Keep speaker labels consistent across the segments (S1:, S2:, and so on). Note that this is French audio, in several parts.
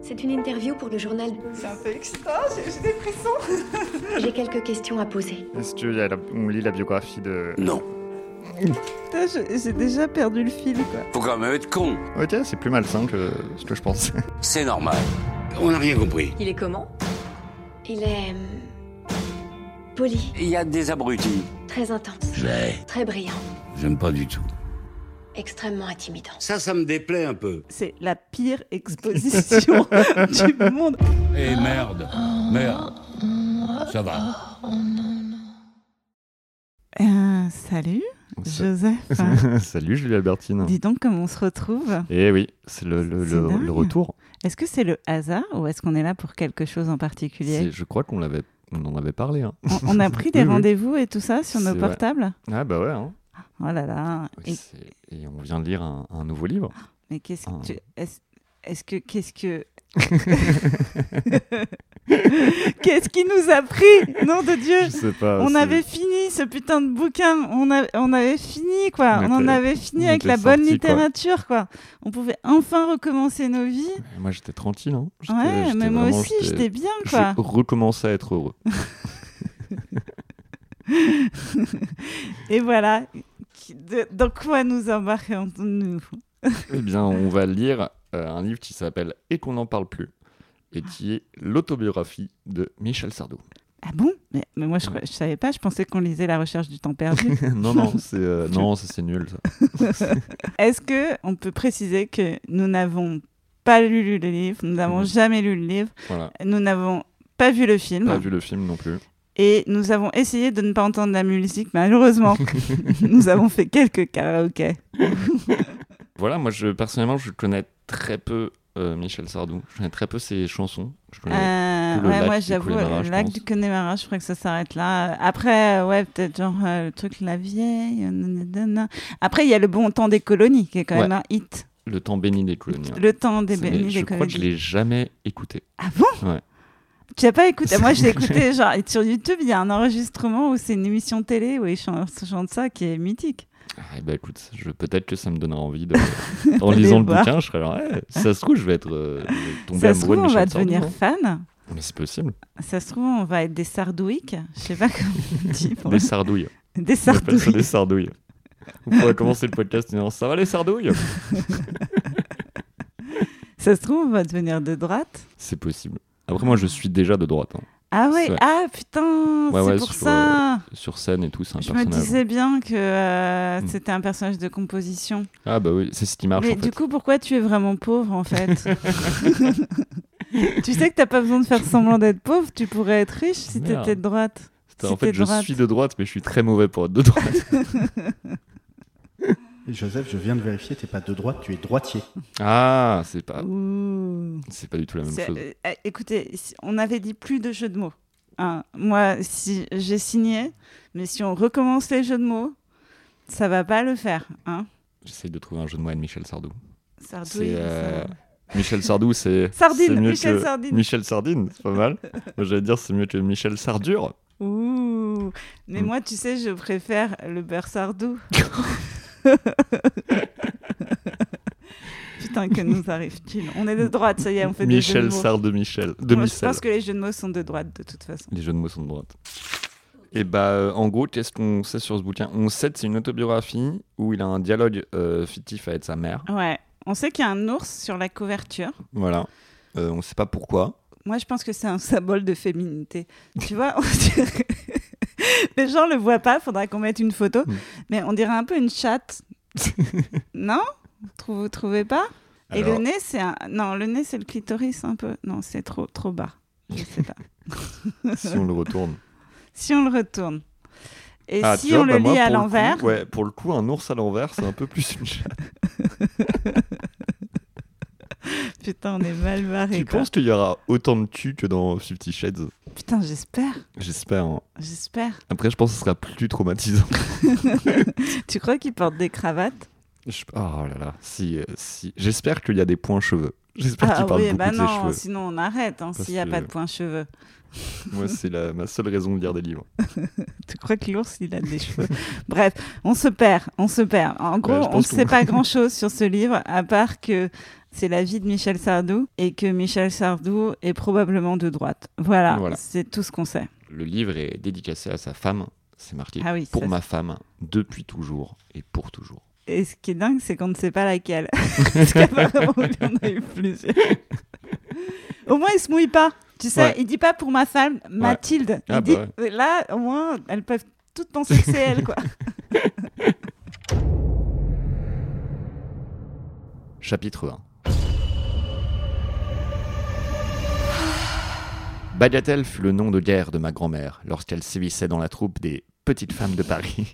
S1: C'est une interview pour le journal.
S2: C'est un peu extra, j'ai j'ai des frissons.
S1: J'ai quelques questions à poser.
S3: Est-ce qu'on lit la biographie de...
S4: Non.
S2: Putain, je- j'ai déjà perdu le fil, quoi.
S4: Faut quand même être con.
S3: Ok, c'est plus malsain que ce que je pensais.
S4: C'est normal. On n'a rien compris.
S5: Il est comment
S1: Il est. hum, poli,
S4: Il y a des abrutis.
S1: très intense,
S4: J'ai.
S1: très brillant,
S4: J'aime pas du tout.
S1: extrêmement intimidant.
S4: Ça, ça me déplaît un peu.
S2: C'est la pire exposition du monde.
S6: Eh merde,
S4: Oh.
S6: merde. Ça va.
S2: Euh, salut, Joseph.
S3: Salut Julie Albertine.
S2: Dis donc comment on se retrouve.
S3: Eh oui, c'est le, le-
S2: C'est
S3: le-
S2: dingue.
S3: le retour.
S2: Est-ce que c'est le hasard ou est-ce qu'on est là pour quelque chose en
S3: C'est-
S2: particulier
S3: Je crois qu'on l'avait, on en avait parlé. hein.
S2: on, on a pris des
S3: Oui, oui.
S2: rendez-vous et tout ça sur nos
S3: C'est vrai.
S2: portables
S3: Ah bah ouais. hein.
S2: Oh là là.
S3: Oui,
S2: Et-
S3: c'est- Et, on vient de lire un, un nouveau livre.
S2: mais qu'est-ce
S3: Ah.
S2: que tu- Est-ce est-ce que. Qu'est-ce que. qu'est-ce qui nous a pris Nom de
S3: Je
S2: Dieu
S3: sais pas.
S2: On
S3: Ah, c'est-
S2: avait fini ce putain de bouquin, on, a- on avait fini quoi,
S3: On
S2: on en
S3: était-
S2: avait fini
S3: on
S2: avec
S3: était
S2: la bonne
S3: sortis, quoi.
S2: littérature quoi. On pouvait enfin recommencer nos vies.
S3: Moi j'étais tranquille. Hein. J'étais-
S2: Ouais,
S3: j'étais
S2: mais moi
S3: vraiment-
S2: aussi j'étais bien
S3: J'ai
S2: quoi.
S3: recommencé à être heureux.
S2: Et voilà, Qui- de- dans quoi nous embarquons-nous
S3: eh bien, on va lire euh, un livre qui s'appelle Et qu'on n'en parle plus et qui est l'autobiographie de Michel Sardou.
S2: Ah bon mais, mais moi je, je savais pas, je pensais qu'on lisait La recherche du temps perdu.
S3: non, non, c'est euh, non, ça, c'est nul. ça.
S2: Est-ce que on peut préciser que nous n'avons pas lu le livre, nous n'avons
S3: Mhm.
S2: jamais lu le livre,
S3: Voilà,
S2: nous n'avons pas vu le film
S3: pas vu le film non plus.
S2: Et nous avons essayé de ne pas entendre la musique, malheureusement. nous avons fait quelques karaokés.
S3: Voilà, moi je, personnellement, je connais très peu euh, Michel Sardou. Je connais très peu ses chansons. Je connais-
S2: Euh,
S3: que le
S2: ouais,
S3: lac
S2: moi
S3: du
S2: j'avoue,
S3: Connemara, je
S2: le lac
S3: pense.
S2: du Connemara, je crois que ça s'arrête là. Euh, Après, euh, ouais, peut-être genre euh, le truc La Vieille. euh, nanana. Après, il y a le bon temps des colonies, qui est quand
S3: Ouais.
S2: même un hit.
S3: Le temps béni des colonies. ouais.
S2: Le temps des
S3: C'est- mais
S2: bénis
S3: je
S2: des
S3: crois que je
S2: colonies.
S3: l'ai jamais écouté.
S2: Ah bon
S3: Ouais.
S2: Tu n'as pas écouté Moi, je l'ai écouté genre, sur YouTube, il y a un enregistrement où c'est une émission télé où ils chantent, chantent ça qui est mythique.
S3: Ah, bah écoute, je- peut-être que ça me donnera envie de. en lisant le
S2: voir.
S3: bouquin, je serais genre, Ouais, si ça se trouve, je vais être euh, je vais tomber
S2: Ça se trouve,
S3: amoureux de
S2: on
S3: Michel
S2: va
S3: Sardou,
S2: devenir
S3: hein.
S2: fan.
S3: Mais c'est possible.
S2: Ça se trouve, on va être des sardouiques. Je sais pas comment on dit. pour
S3: Des
S2: le-
S3: sardouilles.
S2: Des
S3: On appelle ça des
S2: sardouilles.
S3: sardouilles. On pourrait commencer le podcast en disant ça va les sardouilles
S2: Ça se trouve, on va devenir de droite.
S3: C'est possible. Après moi je suis déjà de droite hein.
S2: Ah ouais,
S3: Ouais.
S2: ah putain,
S3: Ouais,
S2: c'est
S3: ouais,
S2: pour
S3: sur, euh,
S2: ça.
S3: sur scène et tout c'est un
S2: Je me
S3: personnage.
S2: disais bien que euh,
S3: Mm.
S2: c'était un personnage de composition.
S3: Ah bah oui c'est ce qui marche
S2: Mais
S3: en
S2: du
S3: fait.
S2: coup, pourquoi tu es vraiment pauvre en fait Tu sais que t'as pas besoin de faire semblant d'être pauvre. Tu pourrais être riche si
S3: Merde.
S2: t'étais de droite.
S3: Putain,
S2: si
S3: en fait
S2: t'es
S3: je
S2: droite.
S3: suis de droite mais je suis très mauvais pour être de droite.
S7: Joseph, je viens de vérifier, t'es pas de droite, tu es droitier.
S3: ah c'est pas
S2: Ouh.
S3: c'est pas du tout la même
S2: C'est-
S3: chose.
S2: euh, euh, écoutez, si- on avait dit plus de jeux de mots. Hein, moi, si j'ai signé, mais si on recommence les jeux de mots, ça va pas le faire. Hein
S3: J'essaye de trouver un jeu de mots de Michel Sardou.
S2: Sardouille,
S3: C'est
S2: ça
S3: euh,
S2: va.
S3: Michel Sardou c'est
S2: Sardine,
S3: c'est mieux
S2: Michel
S3: que-
S2: Sardine.
S3: Michel Sardine c'est pas mal. Moi j'allais dire c'est mieux que Michel Sardure.
S2: Ouh. Mais
S3: Mm.
S2: moi, tu sais, je préfère le beurre sardou. Putain, que nous arrive-t-il On est de droite, ça y est, on fait des jeux
S3: Michel
S2: de mots.
S3: Sardou Michel de
S2: Moi, je
S3: Michel.
S2: pense que les jeux de mots sont de droite, de toute façon.
S3: Les jeux de mots sont de droite. Et bah, euh, en gros, qu'est-ce qu'on sait sur ce bouquin On sait que c'est une autobiographie où il a un dialogue euh, fictif avec sa mère.
S2: Ouais. On sait qu'il y a un ours sur la couverture.
S3: Voilà. Euh, on sait pas pourquoi.
S2: Moi, je pense que c'est un symbole de féminité. Tu vois, on dirait- les gens le voient pas, faudra qu'on mette une photo,
S3: Mm.
S2: mais on dirait un peu une chatte. non Trou- Vous trouvez pas Et
S3: Alors,
S2: le nez, c'est un... Non, le nez, c'est le clitoris un peu. Non, c'est trop, trop bas. Je sais pas.
S3: si on le retourne.
S2: Si on le retourne. Et
S3: Ah,
S2: si
S3: tu vois,
S2: on le
S3: bah, moi,
S2: lit à
S3: pour coup-
S2: l'envers,
S3: Ouais, pour le coup, un ours à l'envers, c'est un peu plus une chatte.
S2: putain, on est mal barré.
S3: tu
S2: quoi.
S3: penses qu'il y aura autant de cul que dans Fifty Shades
S2: Putain, j'espère,
S3: J'espère. hein.
S2: j'espère.
S3: Après, je pense que ce sera plus traumatisant.
S2: Tu crois qu'ils portent des cravates
S3: Je- Oh là là. Si, euh, si. J'espère qu'il y a des points cheveux. J'espère
S2: Ah
S3: qu'il parle
S2: oui,
S3: beaucoup
S2: bah
S3: de
S2: non,
S3: ses
S2: sinon on arrête hein,
S3: Parce
S2: s'il n'y a
S3: que-
S2: pas de point cheveux.
S3: cheveux. Moi, c'est la- ma seule raison de lire des livres.
S2: Tu crois que l'ours, il a des cheveux Bref, on se perd, on se perd. En gros,
S3: Bah, je
S2: on ne
S3: pense que-
S2: sait pas grand-chose sur ce livre, à part que c'est la vie de Michel Sardou et que Michel Sardou est probablement de droite. Voilà,
S3: Voilà.
S2: c'est tout ce qu'on sait.
S3: Le livre est dédicacé à sa femme. C'est marqué
S2: Ah oui,
S3: pour
S2: ça,
S3: ma femme, depuis toujours et pour toujours.
S2: Et ce qui est dingue, c'est qu'on ne sait pas laquelle. Parce qu'apparemment, il y en a eu plusieurs. au moins, il se mouille pas. Tu sais,
S3: Ouais.
S2: il dit pas pour ma femme, Mathilde. Il
S3: Ah
S2: dit,
S3: bah
S2: Là, au moins, elles peuvent toutes penser que c'est elle, quoi.
S3: Chapitre 1 Bagatelle fut le nom de guerre de ma grand-mère lorsqu'elle sévissait dans la troupe des petites femmes de Paris.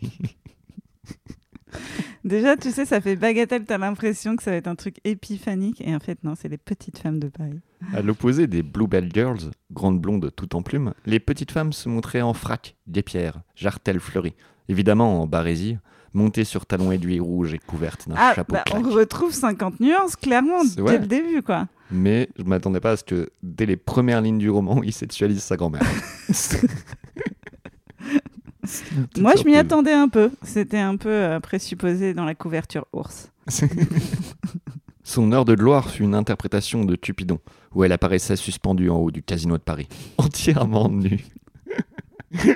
S2: Déjà, tu sais, ça fait bagatelle, t'as l'impression que ça va être un truc épiphanique. Et en fait, non, c'est les petites femmes de Paris.
S3: À l'opposé des Bluebell Girls, grandes blondes toutes en plumes, les petites femmes se montraient en frac, guépières, jartelles fleuries, évidemment en barésie, montées sur talons aiguilles rouges et couvertes d'un
S2: Ah,
S3: chapeau
S2: bah, on
S3: claque.
S2: retrouve 50 nuances, clairement,
S3: C'est-
S2: dès
S3: ouais.
S2: le début, quoi.
S3: Mais je m'attendais pas à ce que, dès les premières lignes du roman, il sexualise sa grand-mère. C'est une petite
S2: Moi, je m'y
S3: surprise.
S2: attendais un peu. C'était un peu euh, présupposé dans la couverture ours.
S3: Son heure de gloire fut une interprétation de Cupidon, où elle apparaissait suspendue en haut du casino de Paris, entièrement nue.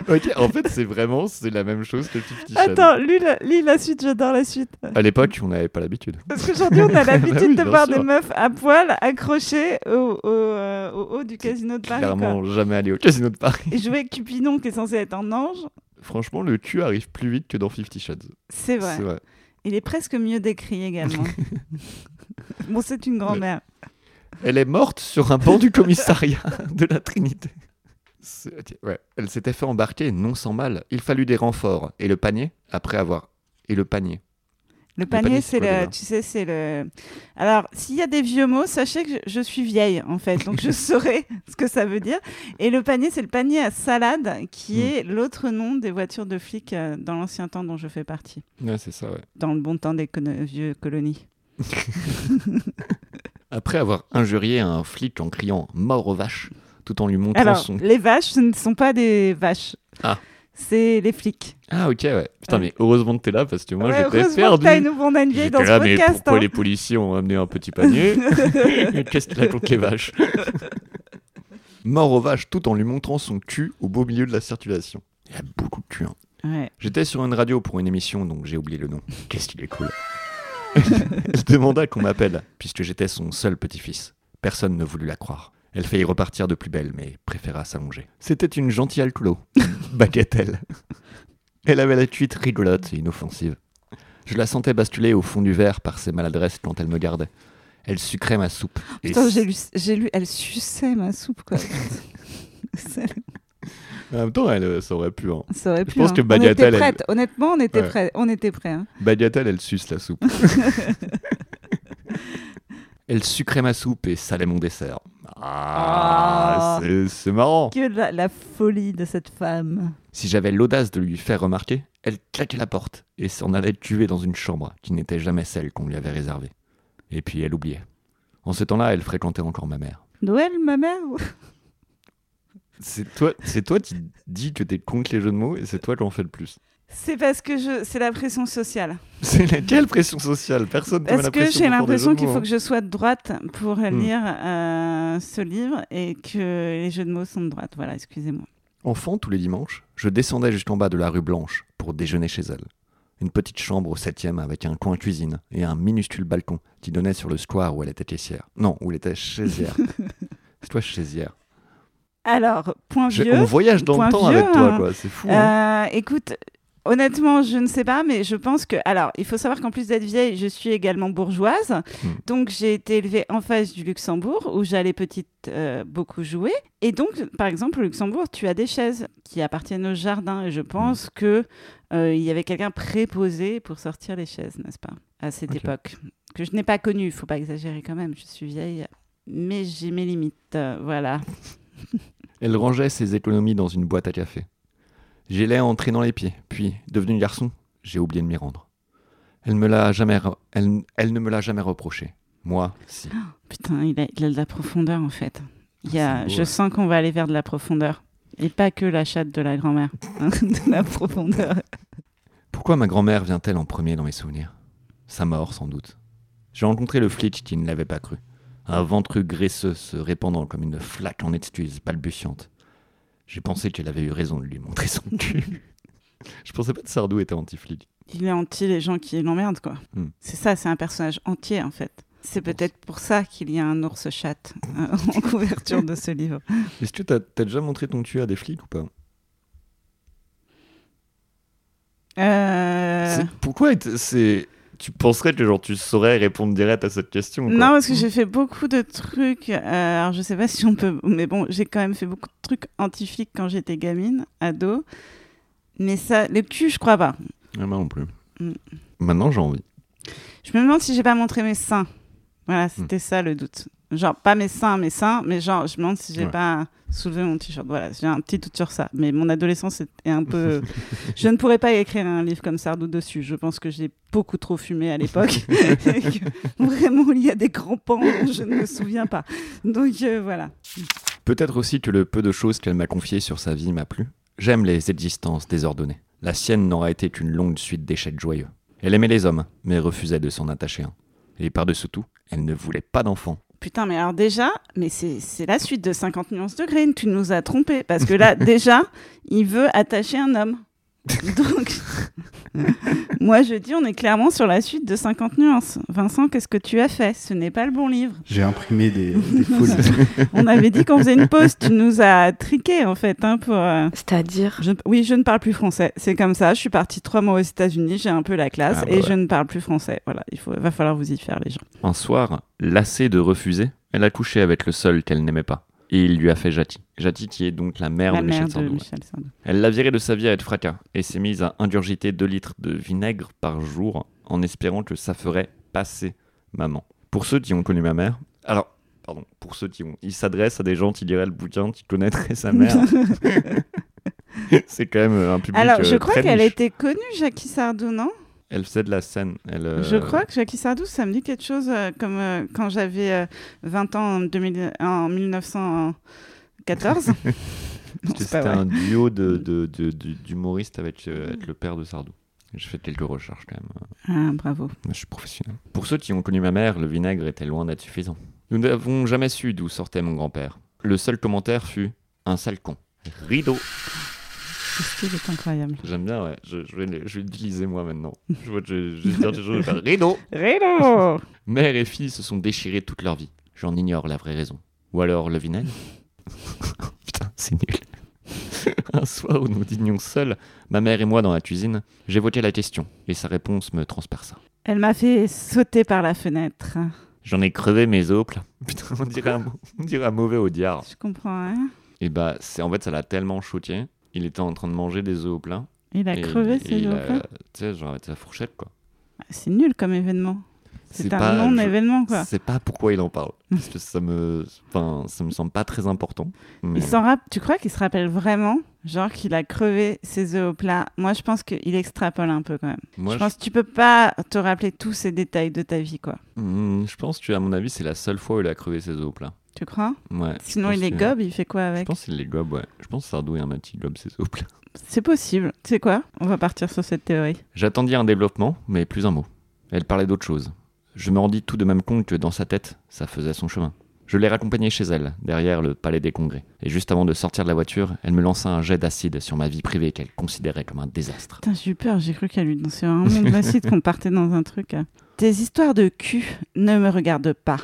S3: ok, en fait, c'est vraiment c'est la même chose que Fifty Shades.
S2: Attends, lis la, lis la suite, j'adore la suite.
S3: À l'époque, on n'avait pas l'habitude.
S2: Parce qu'aujourd'hui, on a
S3: Bah oui,
S2: l'habitude de
S3: bien
S2: voir
S3: sûr.
S2: des meufs à poil accrochées au, au, euh, au haut du casino de Paris. quoi.
S3: Clairement, jamais allé au casino de Paris.
S2: Et jouer Cupidon, qui est censé être un ange,
S3: Franchement, le cul arrive plus vite que dans Fifty Shades.
S2: c'est vrai.
S3: C'est vrai.
S2: Il est presque mieux décrit également. bon, c'est une grand-mère.
S3: Elle est morte sur un banc du commissariat de la Trinité. C'est- Ouais. Elle s'était fait embarquer, non sans mal. Il fallut des renforts. Et le panier, après avoir. Et le panier.
S2: Le
S3: panier,
S2: panier, c'est
S3: c'est quoi
S2: le.
S3: déjà
S2: Tu sais, c'est le. Alors, s'il y a des vieux mots, sachez que je, je suis vieille, en fait. Donc, je saurai ce que ça veut dire. Et le panier, c'est le panier à salade, qui
S3: Mm.
S2: est l'autre nom des voitures de flics euh, dans l'ancien temps dont je fais partie.
S3: Ouais, c'est ça, ouais.
S2: Dans le bon temps des cono- vieux colonies.
S3: Après avoir injurié un flic en criant mort aux vaches, tout en lui montrant
S2: Alors,
S3: son.
S2: les vaches, ce ne sont pas des vaches.
S3: Ah.
S2: C'est les flics.
S3: Ah, ok, ouais. Putain,
S2: Ouais.
S3: mais heureusement que t'es là parce que moi
S2: Ouais,
S3: j'étais
S2: heureusement que
S3: perdu.
S2: t'as une, on a une vieille
S3: J'étais
S2: dans ce
S3: là, mais
S2: podcast.
S3: pourquoi
S2: hein.
S3: les policiers ont amené un petit panier Qu'est-ce qu'il a contre les vaches Mort aux vaches tout en lui montrant son cul au beau milieu de la circulation. Il y a beaucoup de cul, hein.
S2: Ouais.
S3: J'étais sur une radio pour une émission, donc j'ai oublié le nom. Qu'est-ce qu'il est cool. Elle demanda qu'on m'appelle, puisque j'étais son seul petit-fils. Personne ne voulut la croire. Elle faillit repartir de plus belle, mais préféra s'allonger. C'était une gentille alcoolo. Bagatelle. Elle avait la cuite rigolote et inoffensive. Je la sentais basculer au fond du verre par ses maladresses quand elle me gardait. Elle sucrait ma soupe. et
S2: Putain, j'ai lu, j'ai lu, elle suçait ma soupe, quoi. Ça-
S3: En même temps, elle, euh, ça aurait pu. hein.
S2: ça aurait
S3: Je
S2: pu,
S3: pense
S2: hein.
S3: que
S2: on était
S3: Bagatelle, elle-
S2: prêtes. Honnêtement, on était
S3: Ouais.
S2: prêts. On était prêts. hein.
S3: Bagatelle, elle suce la soupe. elle sucrait ma soupe et salait mon dessert. Ah,
S2: Ah.
S3: c'est- c'est marrant.
S2: Que la, la folie de cette femme.
S3: Si j'avais l'audace de lui faire remarquer, elle claquait la porte et s'en allait tuer dans une chambre qui n'était jamais celle qu'on lui avait réservée. Et puis elle oubliait. En ce temps-là, elle fréquentait encore ma mère.
S2: Noël, ma mère.
S3: C'est toi, c'est toi qui dis que t'es contre les jeux de mots et c'est toi qui en fais le plus.
S2: C'est parce que je, c'est la pression sociale.
S3: C'est la quelle pression sociale Personne ne met
S2: Parce
S3: la
S2: que
S3: pression
S2: j'ai
S3: pour faire des
S2: l'impression
S3: jeux de
S2: qu'il
S3: mots,
S2: faut
S3: hein. Hmm.
S2: que je sois de droite pour lire euh, ce livre et que les jeux de mots sont de droite. Voilà, excusez-moi.
S3: Enfant, tous les dimanches, je descendais jusqu'en bas de la rue Blanche pour déjeuner chez elle. Une petite chambre au septième avec un coin cuisine et un minuscule balcon qui donnait sur le square où elle était caissière. Non, où elle était chaisière. C'est toi chaisière.
S2: Alors, point
S3: Je-
S2: vieux.
S3: on voyage dans
S2: point
S3: le temps
S2: vieux,
S3: avec toi,
S2: hein.
S3: quoi. C'est fou. hein.
S2: Euh, écoute, honnêtement, je ne sais pas, mais je pense que. Alors, il faut savoir qu'en plus d'être vieille, je suis également bourgeoise.
S3: Hmm.
S2: Donc, j'ai été élevée en face du Luxembourg, où j'allais petite euh, beaucoup jouer. Et donc, par exemple, au Luxembourg, tu as des chaises qui appartiennent au jardin. Et je
S3: Hmm.
S2: pense que euh, il y avait quelqu'un préposé pour sortir les chaises, n'est-ce pas, à cette
S3: Ok.
S2: époque. Que je n'ai pas connue, il faut pas exagérer quand même, je suis vieille. Mais j'ai mes limites, euh, voilà.
S3: Elle rangeait ses économies dans une boîte à café. J'y allais en traînant les pieds, puis, devenu garçon, j'ai oublié de m'y rendre. Elle, me l'a jamais re- elle, elle ne me l'a jamais reproché. Moi, si.
S2: Putain, il a, il a de la profondeur en fait. Il y a,
S3: Ah, C'est beau,
S2: je
S3: ouais.
S2: sens qu'on va aller vers de la profondeur. Et pas que la chatte de la grand-mère. hein, de la profondeur.
S3: Pourquoi ma grand-mère vient-elle en premier dans mes souvenirs Sa mort, sans doute. J'ai rencontré le flic qui ne l'avait pas cru. Un ventru graisseux se répandant comme une flaque en excuses balbutiante. J'ai pensé qu'elle avait eu raison de lui montrer son cul. Je pensais pas que Sardou était anti-flic.
S2: Il est anti les gens qui l'emmerdent, quoi.
S3: Hmm.
S2: C'est ça, c'est un personnage entier en fait. C'est peut-être pour ça qu'il y a un ours chatte euh, en couverture de ce livre.
S3: Est-ce que t'as t'as déjà montré ton cul à des flics ou pas
S2: Euh,
S3: C'est- Pourquoi est- c'est tu penserais que genre tu saurais répondre direct à cette question quoi. Hmm.
S2: Non, parce que j'ai fait beaucoup de trucs. euh, alors, je sais pas si on peut. Mais bon, j'ai quand même fait beaucoup de trucs antifiques quand j'étais gamine, ado. Mais ça, le cul, je crois pas.
S3: Ah, moi non plus.
S2: Mm.
S3: Maintenant j'ai envie.
S2: Je me demande si j'ai pas montré mes seins. Voilà, c'était ça le doute. Genre, pas mes seins, mes seins, mais genre, je me demande si j'ai
S3: Ouais.
S2: pas soulevé mon t-shirt. Voilà, j'ai un petit doute sur ça. Mais mon adolescence est un peu. je ne pourrais pas écrire un livre comme Sardou dessus. Je pense que j'ai beaucoup trop fumé à l'époque. Et que Vraiment, il y a des grands pans dont je ne me souviens pas. Donc, euh, voilà.
S3: Peut-être aussi que le peu de choses qu'elle m'a confiées sur sa vie m'a plu. J'aime les existences désordonnées. La sienne n'aura été qu'une longue suite d'échecs joyeux. Elle aimait les hommes, mais refusait de s'en attacher un. Et par-dessus tout, elle ne voulait pas d'enfant.
S2: Putain, mais alors déjà, mais c'est c'est la suite de 50 nuances de Green, tu nous as trompés. Parce que là, déjà, il veut attacher un homme. Donc, moi je dis, on est clairement sur la suite de 50 nuances. Vincent, qu'est-ce que tu as fait Ce n'est pas le bon livre.
S7: J'ai imprimé des, des folies.
S2: On avait dit qu'on faisait une pause, tu nous as triqué en fait. hein, pour, euh,
S1: C'est-à-dire
S2: je- oui, je ne parle plus français. C'est comme ça, je suis partie trois mois aux États-Unis, j'ai un peu la classe
S3: Ah, bah
S2: et
S3: ouais.
S2: je ne parle plus français. Voilà, il faut, va falloir vous y faire, les gens.
S3: Un soir, lassée de refuser, elle a couché avec le seul qu'elle n'aimait pas. Et il lui a fait Jati. Jati qui est donc la mère
S2: la
S3: de
S2: mère
S3: Michel
S2: de
S3: Sardou.
S2: Michel Sardou.
S3: Elle l'a virée de sa vie à être fracas et s'est mise à ingurgiter 2 litres de vinaigre par jour en espérant que ça ferait passer maman. Pour ceux qui ont connu ma mère, alors, pardon, pour ceux qui ont, ils s'adressent à des gens qui liraient le bouquin, qui connaîtraient sa mère. C'est quand même euh, un public.
S2: Alors, je
S3: euh,
S2: crois
S3: très
S2: qu'elle
S3: niche.
S2: était connue, Jackie Sardou, non
S3: Elle faisait de la scène. Elle, euh,
S2: Je crois que Jackie Sardou, ça me dit quelque chose euh, comme euh, quand j'avais euh, 20 ans en, 2000 en 1914. Non, c'est
S3: C'était
S2: pas vrai.
S3: un duo de- de- de- de- d'humoristes avec, euh, avec le père de Sardou. J'ai fait quelques recherches quand même.
S2: Ah, bravo.
S3: Moi, Je suis professionnel. Pour ceux qui ont connu ma mère, le vinaigre était loin d'être suffisant. Nous n'avons jamais su d'où sortait mon grand-père. Le seul commentaire fut un sale con. Rideau.
S2: Christine est incroyable.
S3: J'aime bien, ouais. Je, je vais, le- je vais l'utiliser moi maintenant. Je vois que je, je vais dire des choses, je vais faire rideau.
S2: Hello
S3: Mère et fille se sont déchirées toute leur vie. J'en ignore la vraie raison. Ou alors le vinaigre. Putain, c'est nul. Un soir où nous dînions seuls, ma mère et moi dans la cuisine, j'évoquais la question et sa réponse me transperça.
S2: Elle m'a fait sauter par la fenêtre.
S3: J'en ai crevé mes oples. Putain, on dirait un, mo- on dirait un mauvais audiard.
S2: Je comprends, hein
S3: Et bah, c'est en fait, ça l'a tellement choqué. Il était en train de manger des œufs au plein.
S2: Il a
S3: et-
S2: crevé
S3: et
S2: ses hein.
S3: il a-
S2: oreilles.
S3: Tu sais, genre avec sa fourchette, quoi.
S2: C'est nul comme événement. C'est un
S3: pas- je-
S2: non-événement, quoi.
S3: C'est pas pourquoi il en parle. Parce que ça me, enfin, ça me semble pas très important. mais-
S2: Il s'en rapp- Tu crois qu'il se rappelle vraiment Genre qu'il a crevé ses œufs au plat Moi, je pense qu'il extrapole un peu quand même.
S3: Moi,
S2: je pense que tu peux pas te rappeler tous ces détails de ta vie, quoi.
S3: Hmm, je pense que, à mon avis, c'est la seule fois où il a crevé ses œufs au plein.
S2: Tu crois
S3: Ouais, Bah, je
S2: Sinon,
S3: pense
S2: il est
S3: que-
S2: gobe, il fait quoi
S3: Je
S2: avec
S3: pense qu'il les gobe, ouais. Je pense que Sardou est un mec qui gobe ses œufs au plein.
S2: C'est possible. Tu sais quoi On va partir sur cette théorie.
S3: J'attendis un développement, mais plus un mot. Elle parlait d'autre chose. Je me rendis tout de même compte que dans sa tête, ça faisait son chemin. Je l'ai raccompagnée chez elle, derrière le palais des congrès. Et juste avant de sortir de la voiture, elle me lança un jet d'acide sur ma vie privée qu'elle considérait comme un désastre.
S2: Putain, j'ai eu peur, j'ai cru qu'elle lui dansait un monde d'acide qu'on partait dans un truc. hein. Tes histoires de cul ne me regardent pas,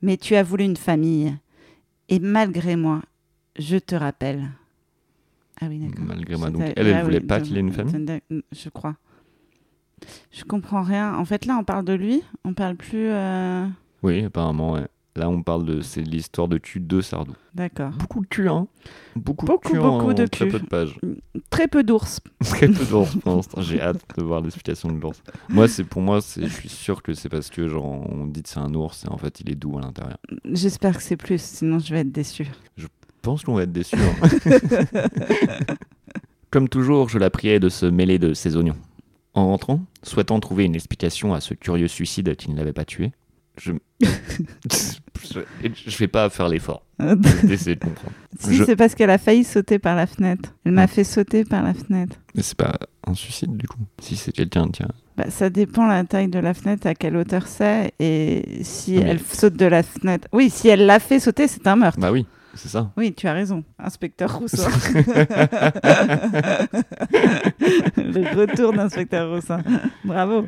S2: mais tu as voulu une famille. Et malgré moi, je te rappelle. Ah oui, d'accord.
S3: Malgré moi,
S2: C'était-
S3: donc elle, elle
S2: ah oui,
S3: voulait pas
S2: de-
S3: qu'il ait une famille.
S2: de- de- mm, Je crois. Je comprends rien. En fait, là, on parle de lui, on parle plus. euh,
S3: Oui, apparemment, ouais. Là, on parle de c'est l'histoire de cul de Sardou.
S2: D'accord.
S3: Beaucoup de cul, hein Beaucoup,
S2: Beaucoup,
S3: de cul en-
S2: beaucoup de
S3: en très
S2: cul.
S3: peu de pages.
S2: Très peu d'ours.
S3: Très peu de réponses. J'ai hâte de voir l'explication de l'ours. Moi, c'est pour moi, c'est- je suis sûr que c'est parce que genre on dit que c'est un ours et en fait il est doux à l'intérieur.
S2: J'espère que c'est plus, sinon je vais être déçue.
S3: Je pense qu'on va être déçu. hein. Comme toujours, je la priais de se mêler de ses oignons. En rentrant, souhaitant trouver une explication à ce curieux suicide qui ne l'avait pas tué, je. je je vais pas faire l'effort d'essayer de comprendre.
S2: si,
S3: Je- Ah.
S2: c'est parce qu'elle a failli sauter par la fenêtre. Elle m'a fait sauter par la fenêtre.
S3: Mais c'est pas un suicide du coup. Si c'est quelqu'un, tiens.
S2: Bah, ça dépend la taille de la fenêtre, à quelle hauteur c'est, et si
S3: Non, Ah, mais-
S2: elle saute de la fenêtre. Oui, si elle l'a fait sauter, c'est un meurtre.
S3: Bah oui, c'est ça.
S2: Oui, tu as raison, inspecteur Rousseau. Le retour d'inspecteur Rousseau. Bravo.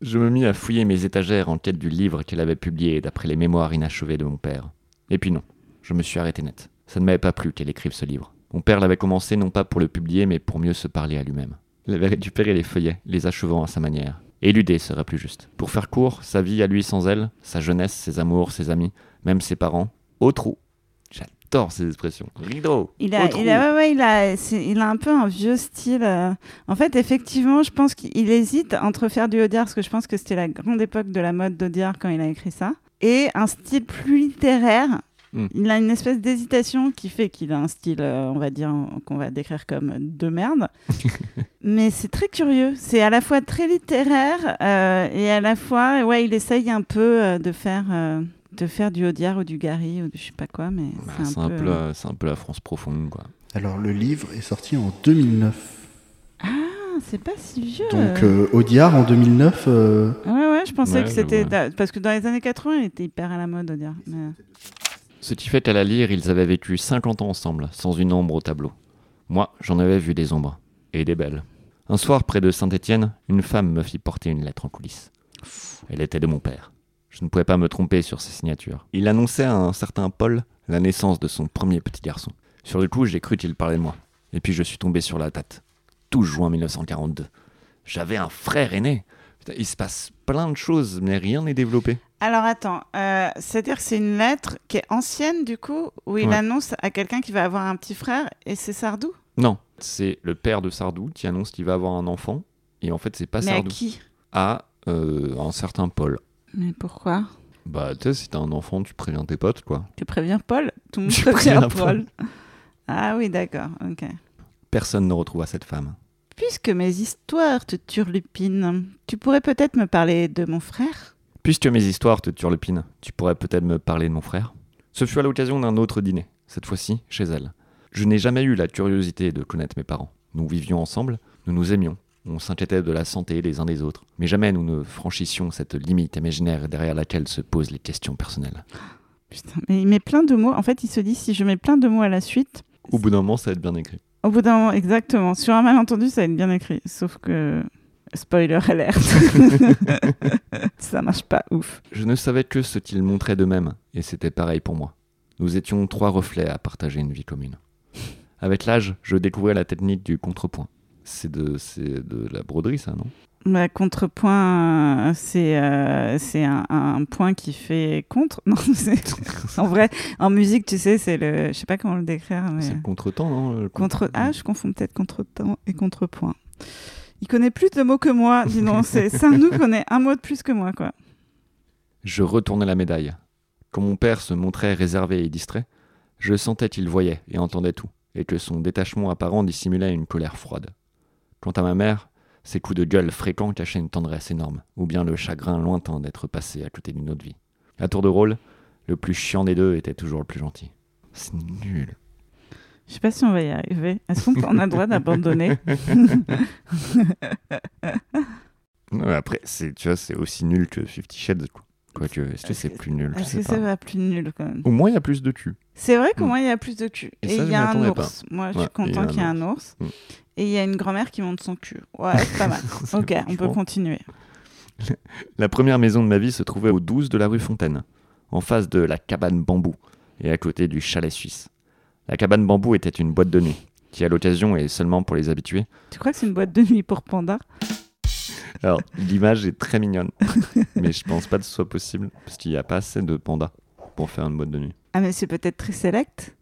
S3: Je me mis à fouiller mes étagères en quête du livre qu'elle avait publié d'après les mémoires inachevées de mon père. Et puis non, je me suis arrêté net. Ça ne m'avait pas plu qu'elle écrive ce livre. Mon père l'avait commencé non pas pour le publier, mais pour mieux se parler à lui-même. Il avait récupéré les feuillets, les achevant à sa manière. Éluder serait plus juste. Pour faire court, sa vie à lui sans elle, sa jeunesse, ses amours, ses amis, même ses parents, au trou. J'adore ces expressions. Rideau
S2: Il
S3: au
S2: a,
S3: trou.
S2: il a, ouais, ouais, il a, c'est- il a un peu un vieux style. euh. En fait, effectivement, je pense qu'il hésite entre faire du Audiard, parce que je pense que c'était la grande époque de la mode d'Audiard quand il a écrit ça, et un style plus littéraire.
S3: Hmm.
S2: Il a une espèce d'hésitation qui fait qu'il a un style, euh, on va dire, euh, qu'on va décrire comme de merde. Mais c'est très curieux. C'est à la fois très littéraire euh, et à la fois, ouais, il essaye un peu euh, de faire. euh, de faire du Audiard ou du Gary ou du je sais pas quoi, mais
S3: Bah,
S2: c'est un, peu... euh,
S3: la- c'est un peu la France profonde, quoi.
S7: Alors, le livre est sorti en 2009.
S2: Ah, c'est pas si vieux.
S7: Donc, euh, Audiard en 2009. euh,
S2: Ouais, ouais, je pensais
S3: Ouais,
S2: que
S3: je
S2: c'était.
S3: vois.
S2: Parce que dans les années 80, il était hyper à la mode, Audiard. Mais... euh,
S3: Ce qui fait qu'à la lire, ils avaient vécu 50 ans ensemble, sans une ombre au tableau. Moi, j'en avais vu des ombres, et des belles. Un soir, près de Saint-Étienne, une femme me fit porter une lettre en coulisses. Elle était de mon père. Je ne pouvais pas me tromper sur ses signatures. Il annonçait à un certain Paul la naissance de son premier petit garçon. Sur le coup, j'ai cru qu'il parlait de moi. Et puis je suis tombé sur la tête. Tout juin 1942. J'avais un frère aîné. Putain, il se passe plein de choses, mais rien n'est développé.
S2: Alors attends, euh, c'est-à-dire que c'est une lettre qui est ancienne, du coup, où il
S3: Ouais.
S2: annonce à quelqu'un qui va avoir un petit frère, et c'est Sardou
S3: Non, c'est le père de Sardou qui annonce qu'il va avoir un enfant. Et en fait, c'est pas
S2: Mais à
S3: Sardou.
S2: qui
S3: À euh, un certain Paul.
S2: Mais pourquoi
S3: Bah, tu sais, si t'as un enfant, tu préviens tes potes, quoi.
S2: Tu préviens Paul Tout le monde
S3: Je
S2: prévient
S3: préviens
S2: Paul. Ah oui, d'accord, ok.
S3: Personne ne retrouva cette femme.
S2: Puisque mes histoires te turlupinent, tu pourrais peut-être me parler de mon frère
S3: Puisque mes histoires te turlupinent, tu pourrais peut-être me parler de mon frère Ce fut à l'occasion d'un autre dîner, cette fois-ci chez elle. Je n'ai jamais eu la curiosité de connaître mes parents. Nous vivions ensemble, nous nous aimions, on s'inquiétait de la santé les uns des autres, mais jamais nous ne franchissions cette limite imaginaire derrière laquelle se posent les questions personnelles.
S2: Putain, mais il met plein de mots. En fait, il se dit si je mets plein de mots à la suite,
S3: Au bout d'un moment, ça va être bien écrit.
S2: Au bout d'un moment, exactement. Sur un malentendu, ça va être bien écrit. Sauf que. Spoiler alerte. ça marche pas ouf.
S3: Je ne savais que ce qu'ils montraient d'eux-mêmes, et c'était pareil pour moi. Nous étions trois reflets à partager une vie commune. Avec l'âge, je découvrais la technique du contrepoint. C'est de, c'est de la broderie, ça, non
S2: Ma Bah, contrepoint, euh, c'est euh, c'est un, un point qui fait contre. Non, c'est- en vrai, en musique, tu sais, c'est le. Je sais pas comment le décrire, mais.
S3: C'est le contretemps, non le
S2: Contre... Ah, je confonds peut-être contre-temps et contrepoint. Il connaît plus de mots que moi, dis donc. C'est Saint-Nou connaît un mot de plus que moi, quoi.
S3: Je retournais la médaille. Quand mon père se montrait réservé et distrait, je sentais qu'il voyait et entendait tout, et que son détachement apparent dissimulait une colère froide. Quant à ma mère, ses coups de gueule fréquents cachaient une tendresse énorme, ou bien le chagrin lointain d'être passé à côté d'une autre vie. À tour de rôle, le plus chiant des deux était toujours le plus gentil. C'est nul.
S2: Je sais pas si on va y arriver. Est-ce qu'on on a le droit d'abandonner
S3: Non, mais après, c'est, tu vois, c'est aussi nul que Fifty Shades, quoi. Quoique, est-ce que c'est plus nul Je
S2: Est-ce
S3: sais
S2: que ça
S3: pas.
S2: va plus nul quand même
S3: Au moins, il y a plus de cul.
S2: C'est vrai qu'au
S3: Mm.
S2: moins il y a plus de cul.
S3: Et
S2: Et,
S3: ça,
S2: il
S3: je
S2: y a
S3: m'y
S2: un
S3: attendais
S2: ours. Moi je
S3: Ouais,
S2: suis content qu'il y ait un ours.
S3: Mm.
S2: Et il y a une grand-mère qui monte son cul. Ouais, c'est pas mal.
S3: C'est
S2: ok, on peut
S3: franchement-
S2: continuer.
S3: La première maison de ma vie se trouvait au 12 de la rue Fontaine, en face de la cabane bambou et à côté du chalet suisse. La cabane bambou était une boîte de nuit qui, à l'occasion et seulement pour les habitués,
S2: Tu crois que c'est une boîte de nuit pour panda
S3: alors l'image est très mignonne, mais je pense pas que ce soit possible parce qu'il n'y a pas assez de pandas pour faire une boîte de nuit.
S2: Ah mais c'est peut-être très select.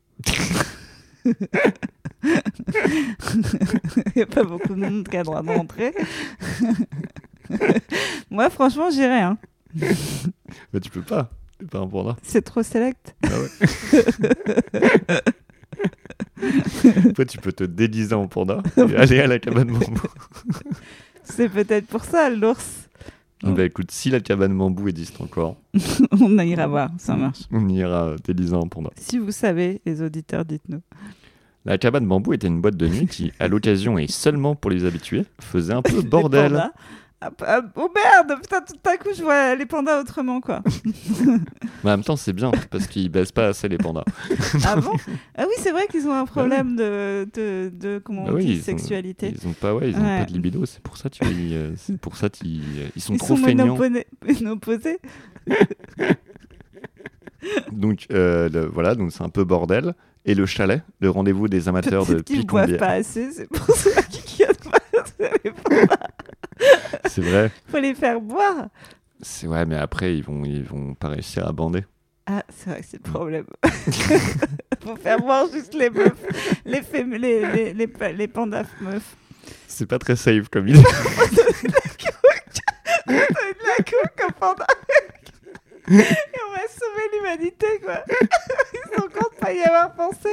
S2: il n'y a pas beaucoup de monde qui a le droit d'entrer. Moi franchement j'irais. hein.
S3: Mais Bah, tu peux pas, t'es pas un panda.
S2: C'est trop select.
S3: Toi, tu peux te déguiser en panda et aller à la cabane bambou.
S2: C'est peut-être pour ça, l'ours. Mm.
S3: Bah écoute, si la cabane bambou existe encore,
S2: On ira voir, ça marche.
S3: on ira déliser un panda.
S2: Si vous savez, les auditeurs, dites-nous.
S3: La cabane bambou était une boîte de nuit qui, à l'occasion et seulement pour les habitués, faisait un peu
S2: Les
S3: bordel.
S2: pandas. Ah, ah, oh merde, putain, tout à coup, je vois les pandas autrement, quoi.
S3: Ah Mais en même temps, c'est bien parce qu'ils baissent pas assez les pandas.
S2: Ah bon Ah oui, c'est vrai qu'ils ont un problème de, de, de- comment
S3: Bah
S2: on
S3: oui,
S2: dit,
S3: ils ont-
S2: sexualité.
S3: Ils ont pas, ouais, ils ont
S2: Ouais.
S3: pas de libido. C'est pour ça qu'ils, euh, c'est pour ça qu'ils, euh, ils sont
S2: Ils
S3: trop
S2: sont
S3: feignants.
S2: monoponé- monoposés.
S3: Donc euh, le- voilà, donc c'est un peu bordel. Et le chalet, le rendez-vous des amateurs de
S2: Peut-être qu'ils boivent
S3: picombière.
S2: pas assez, c'est pour ça qu'ils ne pas assez.
S3: C'est vrai.
S2: Faut les faire boire.
S3: C'est ouais, mais après ils vont, ils vont pas réussir à bander.
S2: Ah, c'est vrai que c'est le problème. Faut faire boire juste les meufs, les, fém- les, les, les, pa- les pandas meufs.
S3: C'est pas très safe comme idée.
S2: C'est de la queue comme panda. Et on va sauver l'humanité, quoi. Ils sont contents de pas y avoir pensé.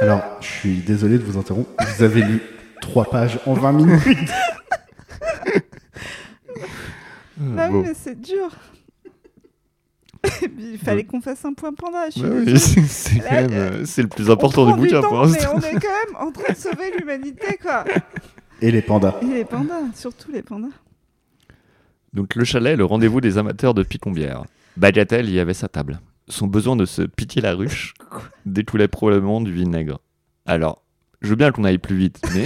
S7: Alors, je suis désolé de vous interrompre. Vous avez lu trois pages en 20 minutes.
S2: Bah oui,
S3: Ah, Bon.
S2: mais c'est dur. Et puis, il fallait qu'on fasse un point panda. Je suis
S3: Bah oui,
S2: désolée.
S3: c'est c'est quand
S2: Là,
S3: même,
S2: euh,
S3: euh, c'est le plus
S2: On
S3: important
S2: prend
S3: du bouquin
S2: temps,
S3: pour
S2: mais
S3: l'instant.
S2: on est quand même en train de sauver l'humanité, quoi.
S7: Et les pandas.
S2: Et les pandas, surtout les pandas.
S3: Donc le chalet, le rendez-vous des amateurs de picombière. Bagatelle y avait sa table. Son besoin de se pitié la ruche découlait probablement du vinaigre. Alors, je veux bien qu'on aille plus vite, mais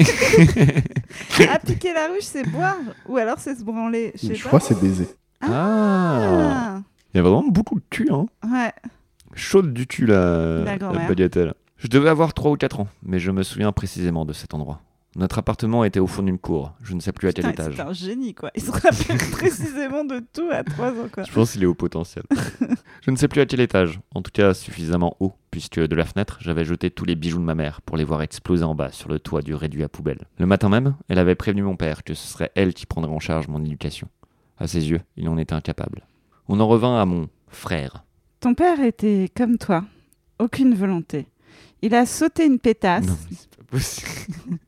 S2: Appliquer Ah, la ruche, c'est boire ou alors c'est se branler. Je sais
S7: Je
S2: pas.
S7: crois que c'est baiser.
S3: ah,
S2: Ah,
S3: il y a vraiment beaucoup de cul, hein.
S2: ouais.
S3: Chaude du cul la,
S2: La grand-mère.
S3: la bagatelle. Je devais avoir 3 ou 4 ans, mais je me souviens précisément de cet endroit. Notre appartement était au fond d'une cour, je ne sais plus à quel
S2: Putain,
S3: étage.
S2: C'est un génie, quoi. Il se rappelle précisément de tout à 3 ans, quoi.
S3: Je pense qu'il est au potentiel. je ne sais plus à quel étage, en tout cas suffisamment haut, puisque de la fenêtre, j'avais jeté tous les bijoux de ma mère pour les voir exploser en bas sur le toit du réduit à poubelle. Le matin même, elle avait prévenu mon père que ce serait elle qui prendrait en charge mon éducation. À ses yeux, il en était incapable. On en revint à mon frère.
S2: Ton père était comme toi, aucune volonté. Il a sauté une pétasse
S3: Non, mais c'est pas possible.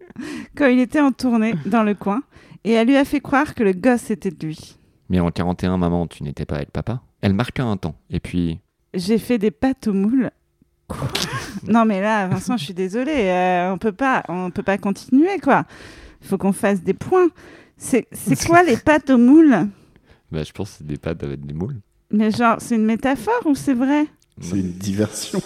S2: quand il était en tournée dans le coin et elle lui a fait croire que le gosse était de lui.
S3: Mais en 41, maman, tu n'étais pas avec papa Elle marqua un temps, et puis.
S2: J'ai fait des pâtes aux moules. Quoi non mais là, Vincent, je suis désolée, euh, on peut pas, on peut pas continuer quoi. Faut qu'on fasse des points. C'est c'est quoi les pâtes aux moules
S3: Bah, je pense que c'est des pâtes avec des moules.
S2: Mais genre, c'est une métaphore ou c'est vrai
S7: C'est une diversion.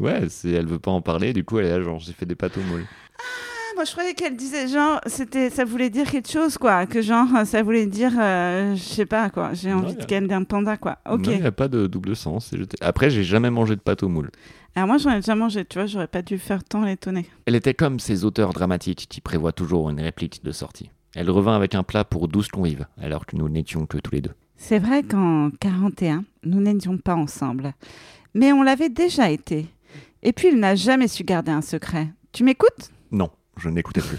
S3: Ouais, c'est- elle veut pas en parler, du coup, elle est là, genre, j'ai fait des pâtes aux moules.
S2: Ah, Moi, je croyais qu'elle disait genre, c'était, ça voulait dire quelque chose quoi, que genre, ça voulait dire, euh, je sais pas quoi, j'ai
S3: Non,
S2: envie
S3: y
S2: de
S3: a-
S2: gagner un panda quoi. Ah, Ok.
S3: Non, il n'y a pas de double sens. c'est jeté. Après, j'ai jamais mangé de pâte aux moules.
S2: Alors moi, j'en ai déjà mangé, tu vois, j'aurais pas dû faire tant l'étonner.
S3: Elle était comme ces auteurs dramatiques qui prévoient toujours une réplique de sortie. Elle revint avec un plat pour 12 convives, alors que nous n'étions que tous les deux.
S2: C'est vrai qu'en 41, nous n'étions pas ensemble. Mais on l'avait déjà été. Et puis, il n'a jamais su garder un secret. Tu m'écoutes
S3: Non, je n'écoutais plus.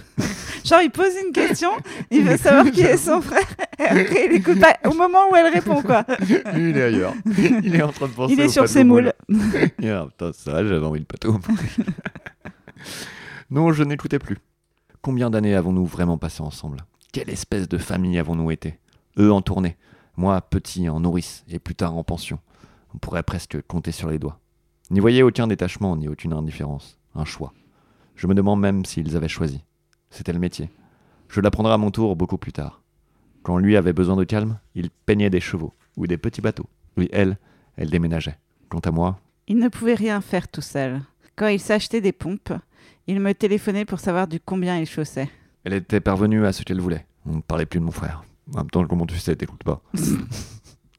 S2: Genre, il pose une question, il veut savoir qui est son frère, et après, il écoute pas au moment où elle répond, quoi.
S3: Lui, il est ailleurs. Il est en train de penser
S2: Il est
S3: aux
S2: sur
S3: pâtes
S2: ses
S3: aux
S2: moules.
S3: Et ah, putain, ça, va, j'avais envie de pâte aux moules. non, je n'écoutais plus. Combien d'années avons-nous vraiment passé ensemble Quelle espèce de famille avons-nous été Eux en tournée, moi petit en nourrice et plus tard en pension. On pourrait presque compter sur les doigts. N'y voyais aucun détachement ni aucune indifférence, un choix. Je me demande même s'ils avaient choisi. C'était le métier. Je l'apprendrai à mon tour beaucoup plus tard. Quand lui avait besoin de calme, il peignait des chevaux ou des petits bateaux. Oui, elle, elle déménageait. Quant à moi,
S2: Il ne pouvait rien faire tout seul. Quand il s'achetait des pompes, il me téléphonait pour savoir du combien il chaussait.
S3: Elle était parvenue à ce qu'elle voulait. On ne parlait plus de mon frère. En même temps, comment tu sais, t'écoutes pas.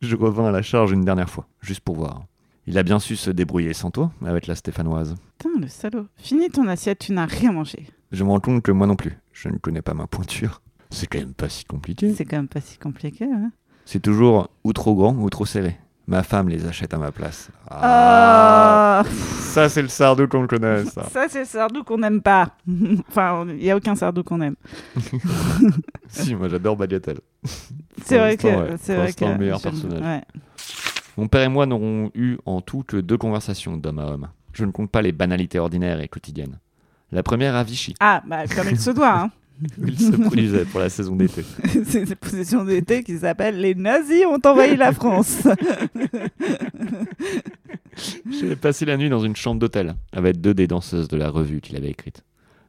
S3: je revins à la charge une dernière fois, juste pour voir. Il a bien su se débrouiller sans toi, avec la Stéphanoise.
S2: Putain, le salaud. Finis ton assiette, tu n'as rien mangé.
S3: Je me rends compte que moi non plus, je ne connais pas ma pointure. C'est quand même pas si compliqué.
S2: C'est quand même pas si compliqué, hein
S3: C'est toujours ou trop grand ou trop serré. Ma femme les achète à ma place. Ah.
S2: Oh.
S3: Ça, c'est le sardo qu'on connaît, ça.
S2: Ça, c'est le sardou qu'on n'aime pas. enfin, il n'y a aucun sardou qu'on aime.
S3: si, moi j'adore Bagatelle.
S2: C'est vrai que.
S3: l'instant, ouais.
S2: C'est
S3: Pour
S2: vrai que.
S3: l'instant, le meilleur
S2: j'aime-
S3: personnage.
S2: ouais.
S3: Mon père et moi n'aurons eu en tout que deux conversations d'homme à homme. Je ne compte pas les banalités ordinaires et quotidiennes. La première à Vichy.
S2: Ah, bah, comme il se doit. hein.
S3: où il se produisait pour la saison d'été.
S2: C'est une exposition d'été qui s'appelle Les nazis ont envahi la France.
S3: J'ai passé la nuit dans une chambre d'hôtel avec deux des danseuses de la revue qu'il avait écrite.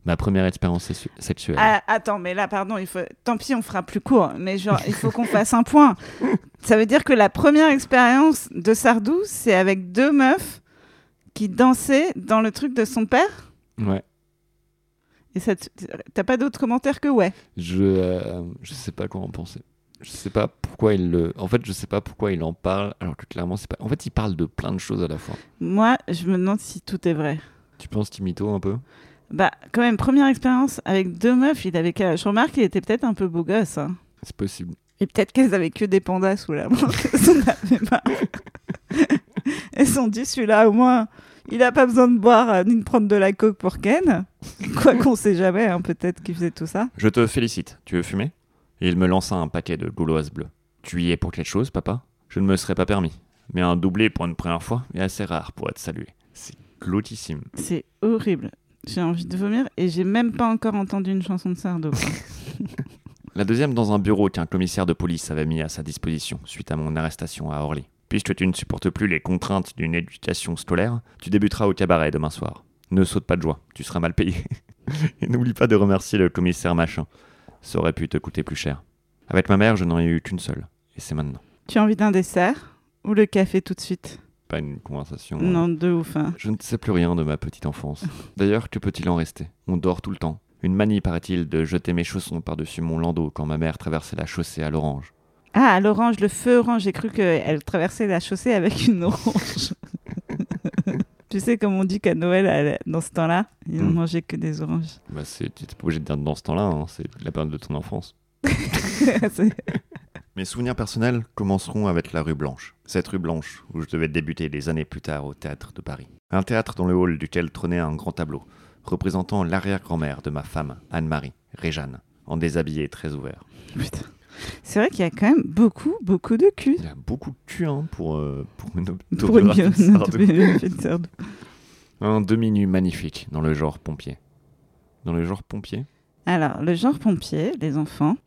S3: Ma première expérience sexu- sexuelle.
S2: Ah, attends, mais là, pardon, il faut... tant pis, on fera plus court, mais genre, il faut qu'on fasse un point. Ça veut dire que la première expérience de Sardou, c'est avec deux meufs qui dansaient dans le truc de son père
S3: Ouais.
S2: et ça, te- t'as pas d'autres commentaires que ouais.
S3: Je, euh, je sais pas quoi en penser. Je sais pas pourquoi il le. En fait, je sais pas pourquoi il en parle, alors que clairement, c'est pas. En fait, il parle de plein de choses à la fois.
S2: Moi, je me demande si tout est vrai.
S3: Tu penses Timito un peu
S2: Bah, quand même, première expérience avec deux meufs, il avait quel âge Je remarque qu'il était peut-être un peu beau gosse. hein.
S3: C'est possible.
S2: Et peut-être qu'elles avaient que des pandas sous la main. Elles en avaient marre. Elles se sont dit, celui-là, au moins, il n'a pas besoin de boire euh, ni de prendre de la coke pour Ken. Quoi qu'on sait jamais, hein, peut-être qu'il faisait tout ça.
S3: Je te félicite. Tu veux fumer Et il me lança un paquet de gauloises bleues. Tu y es pour quelque chose, papa Je ne me serais pas permis. Mais un doublé pour une première fois est assez rare pour être salué. C'est glotissime.
S2: C'est horrible. J'ai envie de vomir et j'ai même pas encore entendu une chanson de Sardou. quoi.
S3: La deuxième dans un bureau qu'un commissaire de police avait mis à sa disposition suite à mon arrestation à Orly. Puisque tu ne supportes plus les contraintes d'une éducation scolaire, tu débuteras au cabaret demain soir. Ne saute pas de joie, tu seras mal payé. Et n'oublie pas de remercier le commissaire machin. Ça aurait pu te coûter plus cher. Avec ma mère, je n'en ai eu qu'une seule. Et c'est maintenant.
S2: tu as envie d'un dessert ou le café tout de suite
S3: Pas une conversation. euh,
S2: Non, de ouf. hein.
S3: Je ne sais plus rien de ma petite enfance. D'ailleurs, que peut-il en rester On dort tout le temps. Une manie, paraît-il, de jeter mes chaussons par-dessus mon landau quand ma mère traversait la chaussée à l'orange.
S2: Ah, à l'orange, le feu orange. J'ai cru qu'elle traversait la chaussée avec une orange. tu sais, comme on dit qu'à Noël, à la- dans ce temps-là, ils n'ont
S3: Mm.
S2: mangé que des oranges.
S3: Bah, c'est, tu n'es pas obligé de dire dans ce temps-là, hein, c'est la période de ton enfance.
S2: C'est-
S3: Mes souvenirs personnels commenceront avec la rue Blanche. Cette rue Blanche, où je devais débuter des années plus tard au théâtre de Paris. Un théâtre dans le hall duquel trônait un grand tableau, représentant l'arrière-grand-mère de ma femme, Anne-Marie, Réjeanne, en déshabillé très ouvert.
S2: Putain. C'est vrai qu'il y a quand même beaucoup, beaucoup de cul.
S3: Il y a beaucoup de cul hein, pour, euh, pour une
S2: Pour une
S3: autobiographie de Sardou.
S2: biologie.
S3: Un demi-nu magnifique dans le genre pompier. Dans le genre pompier
S2: Alors, le genre pompier, les enfants,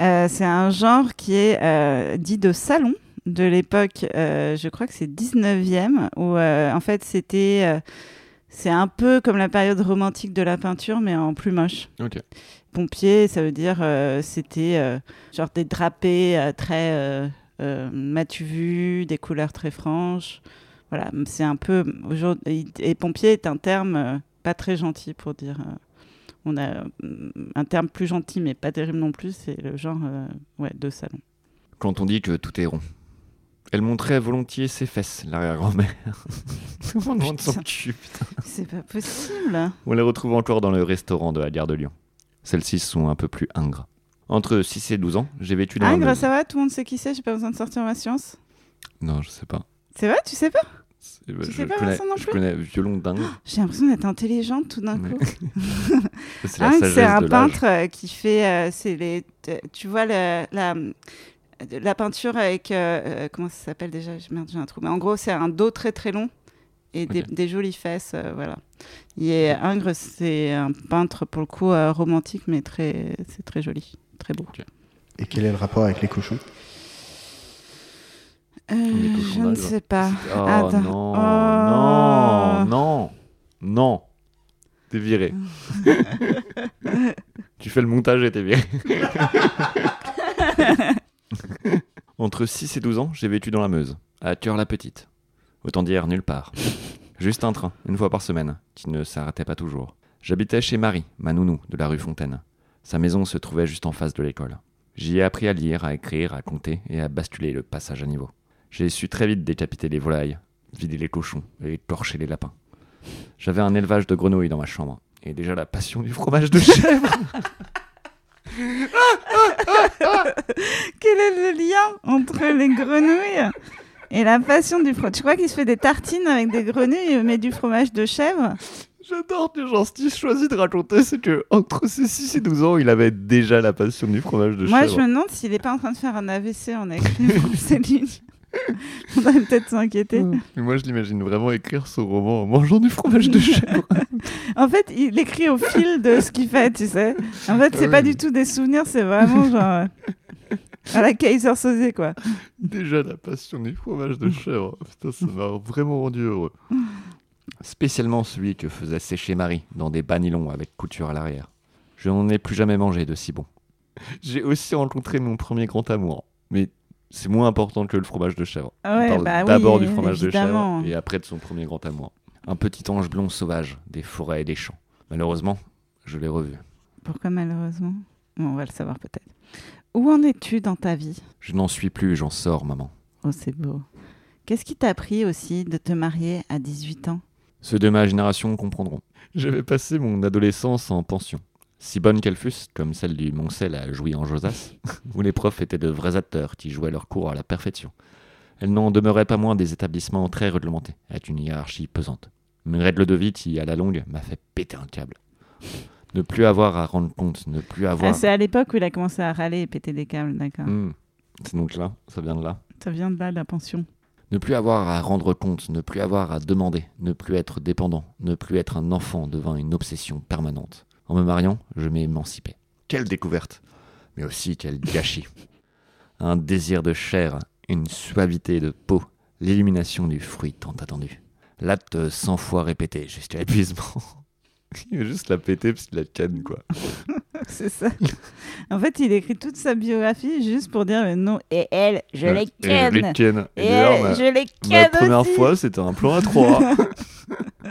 S2: euh, c'est un genre qui est euh, dit de salon de l'époque, euh, je crois que c'est 19e, où euh, en fait c'était. euh, c'est un peu comme la période romantique de la peinture, mais en plus moche.
S3: Ok.
S2: Pompier, ça veut dire euh, c'était euh, genre des drapés euh, très. Euh, euh, m'as-tu vu, des couleurs très franches. Voilà, c'est un peu. aujourd'hui- Et pompier est un terme euh, pas très gentil pour dire. euh, on a euh, un terme plus gentil, mais pas terrible non plus, c'est le genre euh, ouais, de salon.
S3: Quand on dit que tout est rond. Elle montrait volontiers ses fesses, l'arrière-grand-mère. tout le monde montre son
S2: Putain.
S3: cul.
S2: C'est pas possible.
S3: On les retrouve encore dans le restaurant de la gare de Lyon. Celles-ci sont un peu plus ingres. Entre 6 et 12 ans, j'ai vécu dans un
S2: Ingres,
S3: maison-
S2: ça va, tout le monde sait qui c'est, j'ai pas besoin de sortir ma science.
S3: Non, je sais pas.
S2: C'est vrai, tu sais pas
S3: C'est- bah,
S2: sais
S3: je,
S2: pas,
S3: connais,
S2: Vincent, non
S3: je
S2: plus
S3: connais violon dingue.
S2: J'ai l'impression d'être intelligente tout d'un
S3: Mais-
S2: coup.
S3: C'est la
S2: Ah, Ingres,
S3: sagesse
S2: c'est un
S3: de l'âge.
S2: peintre euh, qui fait. euh, c'est les, t- tu vois le- la, la peinture avec. euh, euh, comment ça s'appelle déjà J'ai- Merde, j'ai un trou. Mais en gros, c'est un dos très très long et des,
S3: Ok.
S2: des jolies fesses. euh, voilà. Et Ingres, c'est un peintre pour le coup euh, romantique, mais très, c'est très joli, très beau.
S7: Et quel est le rapport avec les cochons
S2: Euh,
S3: est au
S2: je ne
S3: journal.
S2: sais pas.
S3: Oh
S2: Attends.
S3: non,
S2: Oh.
S3: non, non, non. T'es viré. tu fais le montage et t'es viré. Entre 6 et 12 ans, j'ai vécu dans la Meuse, à Cœur-la-Petite. Autant dire nulle part. Juste un train, une fois par semaine, qui ne s'arrêtait pas toujours. J'habitais chez Marie, ma nounou, de la rue Fontaine. Sa maison se trouvait juste en face de l'école. J'y ai appris à lire, à écrire, à compter et à basculer le passage à niveau. J'ai su très vite décapiter les volailles, vider les cochons et écorcher les lapins. J'avais un élevage de grenouilles dans ma chambre et déjà la passion du fromage de chèvre.
S2: Quel est le lien entre les grenouilles et la passion du fromage Tu crois qu'il se fait des tartines avec des grenouilles, mais du fromage de chèvre
S3: J'adore que Jean-Steve choisit de raconter, c'est que entre ses 6 et 12 ans, il avait déjà la passion du fromage de
S2: Moi, je
S3: chèvre.
S2: me demande s'il n'est pas en train de faire un AVC en écrivant ces lignes. On va peut-être s'inquiéter.
S3: Mais Moi, je l'imagine vraiment écrire son roman en mangeant du fromage de chèvre.
S2: En fait, il écrit au fil de ce qu'il fait, tu sais. En fait,
S3: Ah
S2: c'est pas du tout des souvenirs, c'est vraiment genre. euh, À la Kaiser Sosé, quoi.
S3: Déjà, la passion du fromage de chèvre. Putain, ça m'a vraiment rendu heureux. Spécialement celui que faisait sécher Marie dans des banilons avec couture à l'arrière. Je n'en ai plus jamais mangé de si bon. J'ai aussi rencontré mon premier grand amour. Mais c'est moins important que le fromage de chèvre.
S2: Ah ouais,
S3: On parle
S2: bah oui,
S3: d'abord du fromage
S2: évidemment.
S3: de chèvre et après de son premier grand amour. Un petit ange blond sauvage des forêts et des champs. Malheureusement, je l'ai revu.
S2: Pourquoi malheureusement Bon, On va le savoir peut-être. Où en es-tu dans ta vie
S3: Je n'en suis plus, j'en sors, maman.
S2: Oh, c'est beau. Qu'est-ce qui t'a appris aussi de te marier à 18 ans
S3: Ceux de ma génération comprendront. J'avais passé mon adolescence en pension. Si bonne qu'elle fût, comme celle du Moncel à Jouy en Josas, où les profs étaient de vrais acteurs qui jouaient leurs cours à la perfection. Elle n'en demeurait pas moins des établissements très réglementés, avec une hiérarchie pesante. Une règle de vie qui, à la longue, m'a fait péter un câble. Ne plus avoir à rendre compte, ne plus
S2: Ah,
S3: avoir.
S2: C'est à l'époque où il a commencé à râler et péter des câbles, d'accord.
S3: Hmm. C'est donc là, ça vient de là.
S2: Ça vient de là, la pension.
S3: Ne plus avoir à rendre compte, ne plus avoir à demander, ne plus être dépendant, ne plus être un enfant devint une obsession permanente. En me mariant, je m'émancipais. Quelle découverte Mais aussi quel gâchis Un désir de chair, une suavité de peau, l'élimination du fruit tant attendu. L'acte 100 fois répété jusqu'à épuisement. Il veut juste la péter parce qu'il la canne, quoi.
S2: C'est ça. en fait, il écrit toute sa biographie juste pour dire le nom. Et elle, je
S3: Et
S2: l'ai
S3: je les
S2: ken.
S3: ken. Et
S2: Et
S3: d'ailleurs,
S2: elle,
S3: ma-
S2: je l'ai
S3: Ma
S2: ken
S3: première
S2: aussi.
S3: fois, c'était un plan à 3.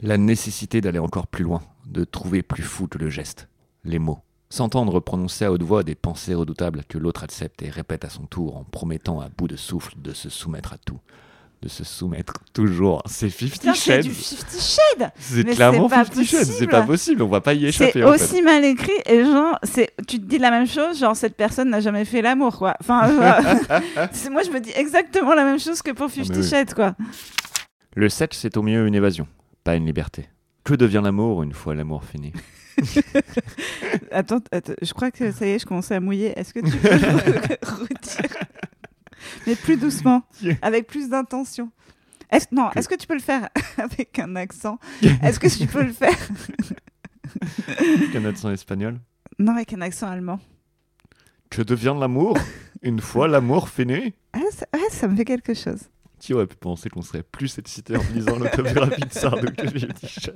S3: La nécessité d'aller encore plus loin, de trouver plus fou que le geste, les mots. S'entendre prononcer à haute voix des pensées redoutables que l'autre accepte et répète à son tour en promettant à bout de souffle de se soumettre à tout. De se soumettre toujours. C'est
S2: Putain,
S3: 50
S2: c'est
S3: Shades.
S2: du Fifty Shades.
S3: C'est
S2: Mais
S3: clairement
S2: c'est pas
S3: 50 Shades. C'est
S2: possible.
S3: pas possible, on va pas y échapper
S2: C'est
S3: en
S2: aussi mal écrit et genre, c'est, tu te dis la même chose, genre cette personne n'a jamais fait l'amour, quoi. Enfin, genre, c'est- moi je me dis exactement la même chose que pour Fifty
S3: Ah, oui.
S2: Shades, quoi.
S3: fait. Le sexe, c'est au mieux une évasion, pas une liberté. Que devient l'amour une fois l'amour fini
S2: Attends, attends, je crois que ça y est, je commençais à mouiller. Est-ce que tu peux re- redire Mais plus doucement,
S3: Yeah.
S2: avec plus d'intention. Est-ce, non, est-ce que tu peux le faire avec un accent Est-ce que tu peux le faire
S3: Canadien espagnol
S2: Non, avec un accent allemand.
S3: Que devient l'amour une fois l'amour fini
S2: Ah, ça, ouais, ça me fait quelque chose.
S3: Qui aurait pu penser qu'on serait plus excité en lisant l'autobiographie de Sardou que les petits chats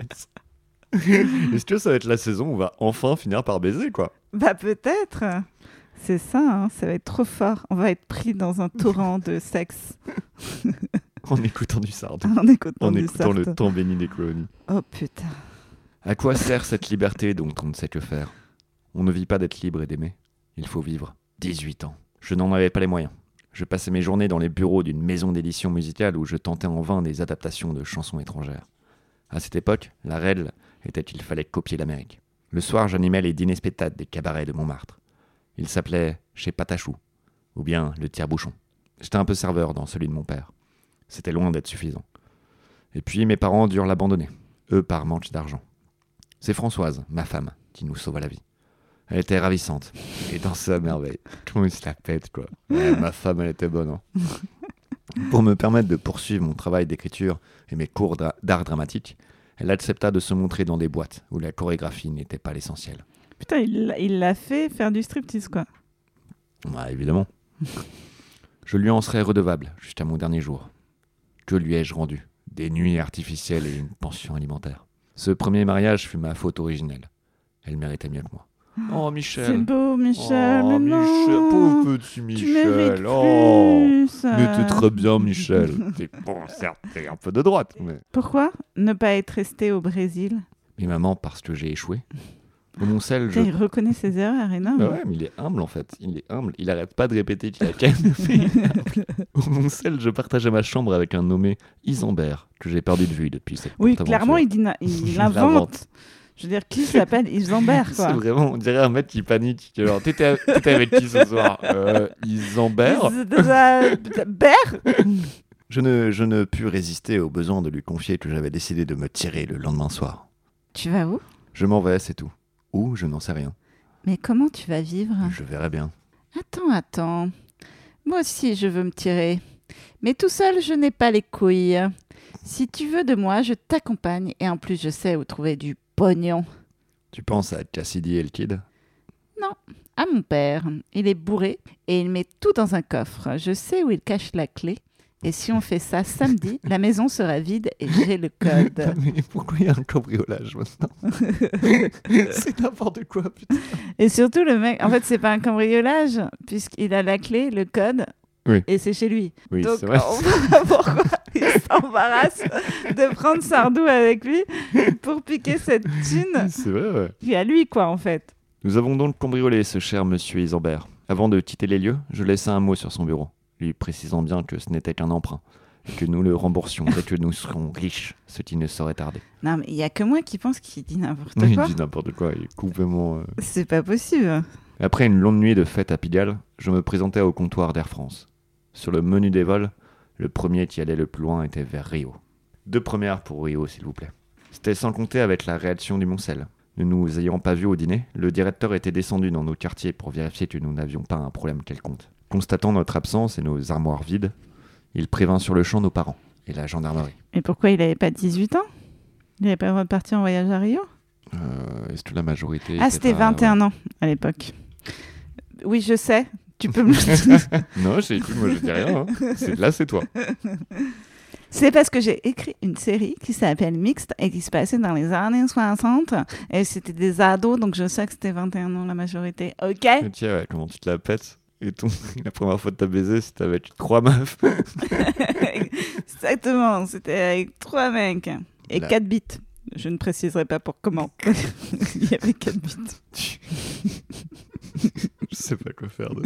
S3: Est-ce que ça va être la saison où on va enfin finir par baiser, quoi
S2: Bah peut-être. C'est ça, hein, ça va être trop fort. On va être pris dans un torrent de sexe
S3: En écoutant du Sardou,
S2: en écoutant,
S3: en
S2: du
S3: écoutant le
S2: Sartre.
S3: temps béni des colonies.
S2: Oh putain.
S3: À quoi sert cette liberté dont on ne sait que faire On ne vit pas d'être libre et d'aimer. Il faut vivre 18 ans. Je n'en avais pas les moyens. Je passais mes journées dans les bureaux d'une maison d'édition musicale où je tentais en vain des adaptations de chansons étrangères. À cette époque, la règle était qu'il fallait copier l'Amérique. Le soir, j'animais les dîners spectacles des cabarets de Montmartre. Il s'appelait Chez Patachou, ou bien Le Tire-Bouchon. J'étais un peu serveur dans celui de mon père. C'était loin d'être suffisant. Et puis mes parents durent l'abandonner, eux par manque d'argent. C'est Françoise, ma femme, qui nous sauva la vie. Elle était ravissante et dansait à merveille. Comment il se la pète, quoi. Ouais, ma femme, elle était bonne. hein. Pour me permettre de poursuivre mon travail d'écriture et mes cours dra- d'art dramatique, elle accepta de se montrer dans des boîtes où la chorégraphie n'était pas l'essentiel.
S2: Putain, il l'a- il l'a fait faire du striptease, quoi.
S3: Ouais, Bah, évidemment. Je lui en serais redevable jusqu'à mon dernier jour. Que lui ai-je rendu Des nuits artificielles et une pension alimentaire. Ce premier mariage fut ma faute originelle. Elle méritait mieux que moi. Oh,
S2: C'est
S3: Michel
S2: beau, Michel. mais
S3: Oh,
S2: non.
S3: Michel, pauvre petit Michel.
S2: Tu mérites
S3: oh,
S2: plus.
S3: mais t'es
S2: euh.
S3: très bien, Michel. t'es bon, certes, t'es un peu de droite. Mais...
S2: Pourquoi ne pas être resté au Brésil
S3: mais maman, parce que j'ai échoué. Au Moncel, je
S2: Putain, Il reconnaît ses erreurs, énorme.
S3: Ah ouais, mais il est humble en fait. Il est humble. Il arrête pas de répéter qu'il a quand même fait une humble. Au Moncel, je partageais ma chambre avec un nommé Isambert, que j'ai perdu de vue depuis cette
S2: Oui,
S3: courte
S2: clairement,
S3: aventure.
S2: il, dit na- il
S3: Il
S2: invente.
S3: l'invente.
S2: Je veux dire, qui s'appelle Isambert,
S3: C'est
S2: quoi.
S3: vraiment, on dirait un mec qui panique. Genre, t'étais t'étais avec qui ce soir euh, Isambert
S2: Isambert
S3: je ne, je ne pus résister au besoin de lui confier que j'avais décidé de me tirer le lendemain soir.
S2: Tu vas où
S3: Je m'en vais, c'est tout. Ou je n'en sais rien.
S2: Mais comment tu vas vivre
S3: Je verrai bien.
S2: Attends, attends. Moi aussi, je veux me tirer. Mais tout seul, je n'ai pas les couilles. Si tu veux de moi, je t'accompagne et en plus, je sais où trouver du pognon.
S3: Tu penses à Cassidy et le kid
S2: À mon père, il est bourré et il met tout dans un coffre. Je sais où il cache la clé. Et si on fait ça samedi, la maison sera vide et j'ai le code.
S3: Ah, Mais pourquoi il y a un cambriolage maintenant C'est n'importe quoi, putain.
S2: Et surtout, le mec, en fait, c'est pas un cambriolage, puisqu'il a la clé, le code,
S3: Oui.
S2: et c'est chez lui.
S3: Oui,
S2: Donc,
S3: c'est vrai.
S2: on voit pas pourquoi il s'embarrasse de prendre Sardou avec lui pour piquer cette thune
S3: C'est vrai, ouais.
S2: qui est à lui, quoi, en fait.
S3: Nous avons donc cambriolé ce cher monsieur Isambert. Avant de quitter les lieux, je laissai un mot sur son bureau, lui précisant bien que ce n'était qu'un emprunt, et que nous le remboursions dès que nous serons riches, ce qui ne saurait tarder.
S2: Non, mais il y a que moi qui pense qu'il dit n'importe
S3: Il
S2: quoi.
S3: dit n'importe quoi, il est complètement... euh.
S2: C'est pas possible.
S3: Après une longue nuit de fête à Pigalle, je me présentai au comptoir d'Air France. Sur le menu des vols, le premier qui allait le plus loin était vers Rio. Deux premières pour Rio, s'il vous plaît. C'était sans compter avec la réaction du Moncel. Ne nous ayant pas vus au dîner, le directeur était descendu dans nos quartiers pour vérifier que nous n'avions pas un problème quelconque. Constatant notre absence et nos armoires vides, il prévint sur le champ nos parents et la gendarmerie.
S2: Mais pourquoi il avait pas 18 ans Il avait pas le droit de partir en voyage à Rio
S3: Euh, Est-ce que la majorité.
S2: Ah, c'était 21 ans à l'époque. Oui, je sais. Tu peux me le dire.
S3: Non, j'ai écoute, moi je dis rien. Là, c'est toi.
S2: C'est parce que j'ai écrit une série qui s'appelle Mixte et qui se passait dans les années 60. Et c'était des ados, donc je sais que c'était 21 ans la majorité. Ok
S3: Et tiens, ouais, comment tu te la pètes Et ton... la première fois de ta baiser, c'était avec trois meufs.
S2: Exactement, c'était avec trois mecs et
S3: Là.
S2: quatre bits. Je ne préciserai pas pour comment. Il y avait quatre bits
S3: je sais pas quoi faire. De...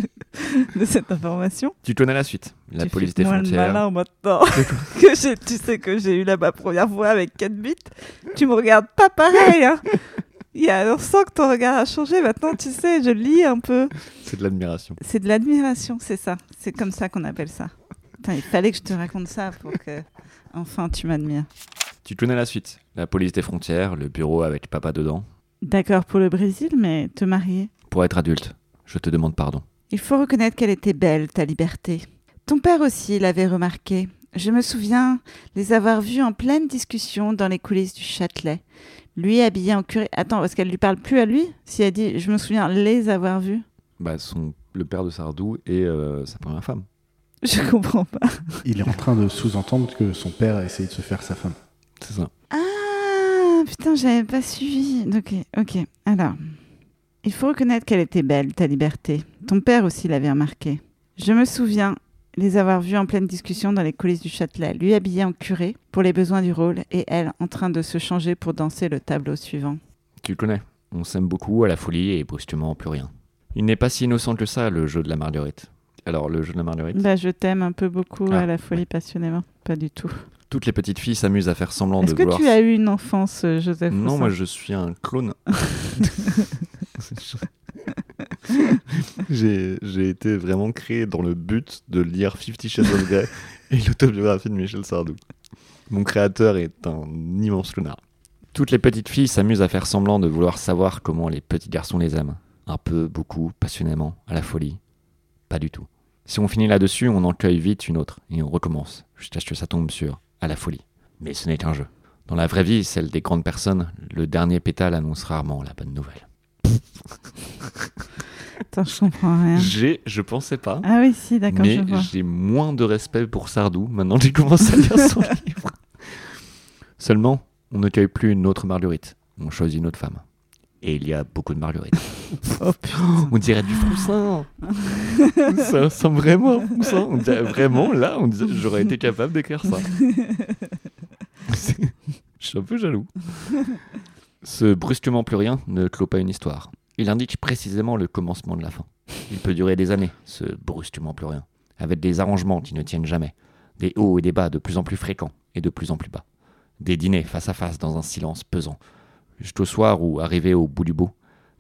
S2: de cette information.
S3: Tu connais la suite. La
S2: Tu
S3: police
S2: fais
S3: des
S2: moins le
S3: frontières.
S2: malin maintenant que j'ai- tu sais que j'ai eu là ma première fois avec quatre bits. Tu me regardes pas pareil. hein. Il y a un sens que ton regard a changé. Maintenant, tu sais, je lis un peu.
S3: C'est de l'admiration.
S2: C'est de l'admiration, c'est ça. C'est comme ça qu'on appelle ça. Putain, il fallait que je te raconte ça pour que, enfin, tu m'admires.
S3: Tu connais la suite. La police des frontières, le bureau avec papa dedans.
S2: D'accord pour le Brésil, mais te marier.
S3: Pour être adulte, je te demande pardon.
S2: Il faut reconnaître qu'elle était belle, ta liberté. Ton père aussi l'avait remarqué. Je me souviens les avoir vus en pleine discussion dans les coulisses du Châtelet. Lui habillé en curé. Attends, est-ce qu'elle lui parle plus à lui Si elle dit, je me souviens les avoir vus.
S3: Bah, son... Le père de Sardou et euh, sa première femme.
S2: Je comprends pas.
S7: Il est en train de sous-entendre que son père a essayé de se faire sa femme.
S3: C'est ça.
S2: Ah, putain, j'avais pas suivi. Ok, ok. Alors, il faut reconnaître qu'elle était belle, ta liberté. Ton père aussi l'avait remarqué. Je me souviens les avoir vus en pleine discussion dans les coulisses du Châtelet, lui habillé en curé pour les besoins du rôle et elle en train de se changer pour danser le tableau suivant.
S3: Tu le connais. On s'aime beaucoup à la folie et brusquement plus rien. Il n'est pas si innocent que ça, le jeu de la marguerite. Alors, le jeu de la marguerite
S2: Bah, je t'aime un peu beaucoup
S3: Ah,
S2: à la folie passionnément. Pas du tout.
S3: Toutes les petites filles s'amusent à faire semblant
S2: Est-ce
S3: de
S2: que
S3: vouloir
S2: tu as eu une enfance, euh, Joseph
S3: Non,
S2: Roussin
S3: moi je suis un clone. J'ai j'ai été vraiment créé dans le but de lire Fifty Shades of Grey et l'autobiographie de Michel Sardou. Mon créateur est un immense clonard. Toutes les petites filles s'amusent à faire semblant de vouloir savoir comment les petits garçons les aiment. Un peu, beaucoup, passionnément, à la folie. Pas du tout. Si on finit là-dessus, on en cueille vite une autre et on recommence jusqu'à ce que ça tombe sur à la folie. Mais ce n'est qu'un jeu. Dans la vraie vie, celle des grandes personnes, le dernier pétale annonce rarement la bonne nouvelle.
S2: Attends, je comprends rien.
S3: J'ai, je pensais pas,
S2: Ah oui, si, d'accord,
S3: mais
S2: je vois.
S3: j'ai moins de respect pour Sardou maintenant que j'ai commencé à lire son livre. Seulement, on ne cueille plus une autre Marguerite, on choisit une autre femme. Et il y a beaucoup de Marguerite.
S2: Oh,
S3: on dirait du Froussin. ça ressemble vraiment à Froussin. On dirait vraiment, là, on dirait- j'aurais été capable d'écrire ça. Je suis un peu jaloux. Ce brusquement plus rien ne clôt pas une histoire. Il indique précisément le commencement de la fin. Il peut durer des années, ce brusquement plus rien, avec des arrangements qui ne tiennent jamais, des hauts et des bas de plus en plus fréquents et de plus en plus bas, des dîners face à face dans un silence pesant, jusqu'au soir où, arrivé au bout du bout,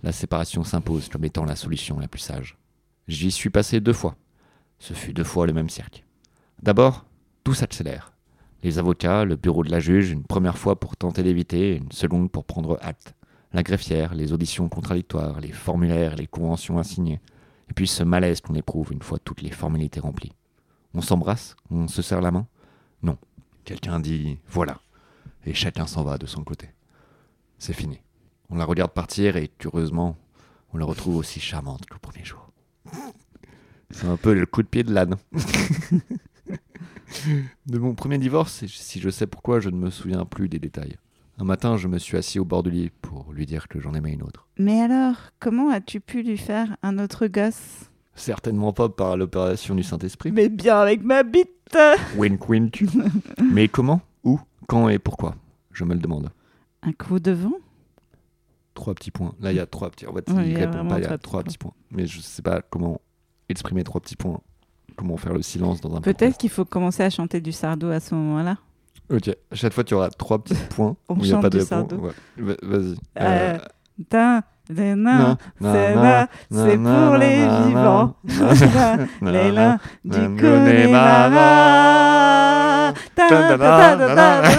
S3: la séparation s'impose comme étant la solution la plus sage. J'y suis passé deux fois. Ce fut deux fois le même cirque. D'abord, tout s'accélère. Les avocats, le bureau de la juge, une première fois pour tenter d'éviter, une seconde pour prendre acte. La greffière, les auditions contradictoires, les formulaires, les conventions assignées. et puis ce malaise qu'on éprouve une fois toutes les formalités remplies. On s'embrasse On se serre la main Non. Quelqu'un dit voilà, et chacun s'en va de son côté. C'est fini. On la regarde partir et curieusement, on la retrouve aussi charmante que le premier jour. C'est un peu le coup de pied de l'âne. de mon premier divorce, et si je sais pourquoi, je ne me souviens plus des détails. Un matin, je me suis assis au bord du lit pour lui dire que j'en aimais une autre.
S2: Mais alors, comment as-tu pu lui faire un autre gosse
S3: Certainement pas par l'opération du Saint-Esprit.
S2: Mais bien avec ma bite
S3: Wink wink. Mais comment Où Quand et pourquoi Je me le demande.
S2: Un coup de vent
S3: Trois petits points. Là, il y a trois petits. En fait,
S2: Ouais, il
S3: il
S2: y a
S3: répond
S2: vraiment
S3: pas, il y
S2: trois
S3: a
S2: petits
S3: trois
S2: points.
S3: petits points. Mais je sais pas comment exprimer trois petits points. Comment faire le silence dans un
S2: Peut-être qu'il faut commencer à chanter du sardo à ce moment-là.
S3: Ok, à chaque fois tu auras trois petits points.
S2: On
S3: où il y a
S2: chante
S3: pas de
S2: du
S3: réponse.
S2: Sardou.
S3: Ouais. Va- Vas-y.
S2: Euh, Ta- ta-
S3: non,
S2: na-
S3: non,
S2: c'est
S3: non,
S2: là,
S3: non,
S2: c'est
S3: non,
S2: pour
S3: non,
S2: les
S3: non,
S2: vivants.
S3: non,
S2: La-
S3: non,
S2: les
S3: non,
S2: lins du
S3: non,
S2: Connemara. Ta- ta- ta- ta- ta- ta-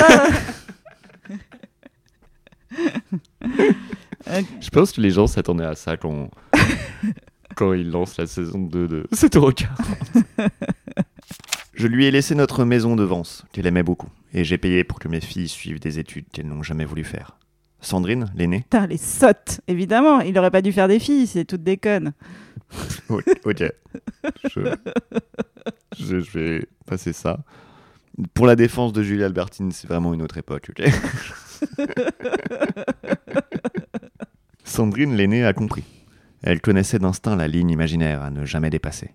S2: ta-
S3: Je pense que les gens s'attendaient à ça quand, quand ils lancent la saison 2 de C'est au regard. Je lui ai laissé notre maison de Vence, qu'elle aimait beaucoup, et j'ai payé pour que mes filles suivent des études qu'elles n'ont jamais voulu faire. Sandrine, l'aînée
S2: Putain, les sottes, évidemment. Il aurait pas dû faire des filles, c'est toutes des connes.
S3: Oh, Ok. Je... je- je vais passer ça. Pour la défense de Julie Albertine, c'est vraiment une autre époque, ok Sandrine, l'aînée, a compris. Elle connaissait d'instinct la ligne imaginaire à ne jamais dépasser.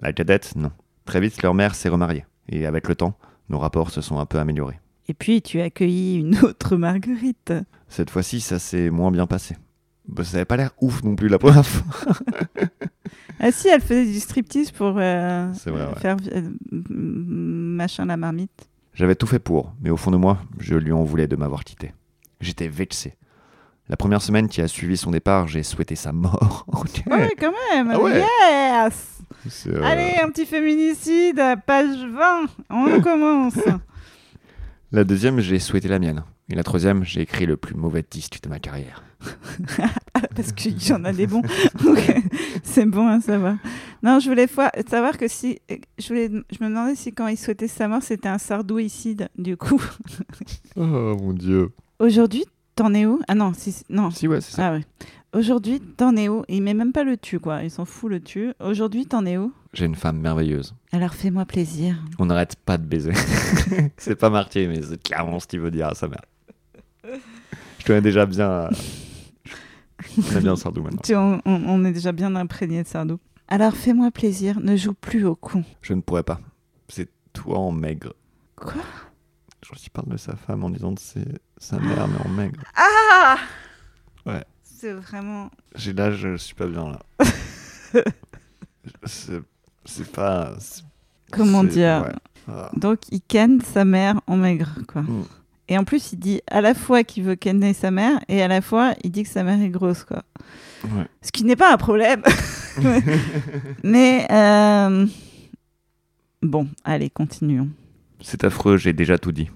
S3: La cadette, non. Très vite, leur mère s'est remariée. Et avec le temps, nos rapports se sont un peu améliorés.
S2: Et puis, tu as accueilli une autre Marguerite.
S3: Cette fois-ci, ça s'est moins bien passé. Bah, ça n'avait pas l'air ouf non plus la première fois.
S2: Ah si, elle faisait du striptease pour euh,
S3: C'est vrai, ouais.
S2: faire euh, m- machin la marmite.
S3: J'avais tout fait pour, mais au fond de moi, je lui en voulais de m'avoir quitté. J'étais vexé. La première semaine qui a suivi son départ, j'ai souhaité sa mort. Ok.
S2: Ouais, quand même.
S3: Ah ouais.
S2: Yes.
S3: C'est, euh,
S2: Allez, un petit féminicide, page 20. On commence.
S3: La deuxième, j'ai souhaité la mienne. Et la troisième, j'ai écrit le plus mauvais disque de ma carrière.
S2: Parce qu'il y en a des bons. Donc, c'est bon à savoir. Non, je voulais fois- savoir que si. Je, voulais, je me demandais si quand il souhaitait sa mort, c'était un sardouicide, du coup.
S3: Oh mon dieu.
S2: Aujourd'hui, t'en es où Ah non, si, si- non,
S3: Si ouais, c'est ça.
S2: Ah ouais. Aujourd'hui, t'en es où Il met même pas le tu, quoi. Il s'en fout le tu. Aujourd'hui, t'en es où
S3: J'ai une femme merveilleuse.
S2: Alors fais-moi plaisir.
S3: On n'arrête pas de baiser. c'est pas marqué, mais c'est clairement ce qu'il veut dire à sa mère. Je connais déjà bien. euh, Je connais bien Sardou maintenant.
S2: Tu- on, on- on est déjà bien imprégné de Sardou. Alors fais-moi plaisir, ne joue plus au con.
S3: Je ne pourrais pas. C'est toi en maigre.
S2: Quoi
S3: Je crois qu'il parle de sa femme en disant de ses- sa mère, mais en maigre.
S2: Ah
S3: Ouais.
S2: C'est vraiment.
S3: J'ai là, je suis pas bien là. c'est c'est pas. c'est-
S2: Comment
S3: c'est-
S2: dire
S3: ouais. Ah.
S2: Donc il ken sa mère en maigre, quoi.
S3: Mm.
S2: Et en plus, il dit à la fois qu'il veut kenner sa mère et à la fois il dit que sa mère est grosse, quoi.
S3: Ouais.
S2: Ce qui n'est pas un problème. Mais euh, bon, allez, continuons.
S3: C'est affreux, j'ai déjà tout dit.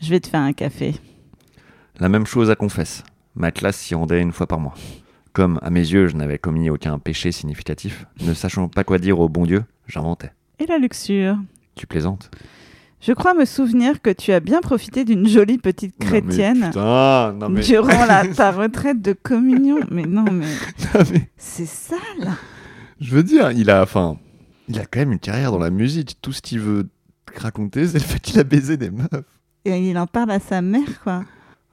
S2: Je vais te faire un café.
S3: La même chose à confesse. Ma classe s'y rendait une fois par mois. Comme, à mes yeux, je n'avais commis aucun péché significatif, ne sachant pas quoi dire au bon Dieu, j'inventais.
S2: Et la luxure.
S3: Tu plaisantes
S2: Je crois me souvenir que tu as bien profité d'une jolie petite chrétienne
S3: Non, mais putain, non mais.
S2: durant la, ta retraite de communion. Mais non, mais
S3: Non, mais-
S2: c'est ça.
S3: Je veux dire, il a, enfin, il a quand même une carrière dans la musique. Tout ce qu'il veut raconter, c'est le fait qu'il a baisé des meufs.
S2: Et il en parle à sa mère, quoi.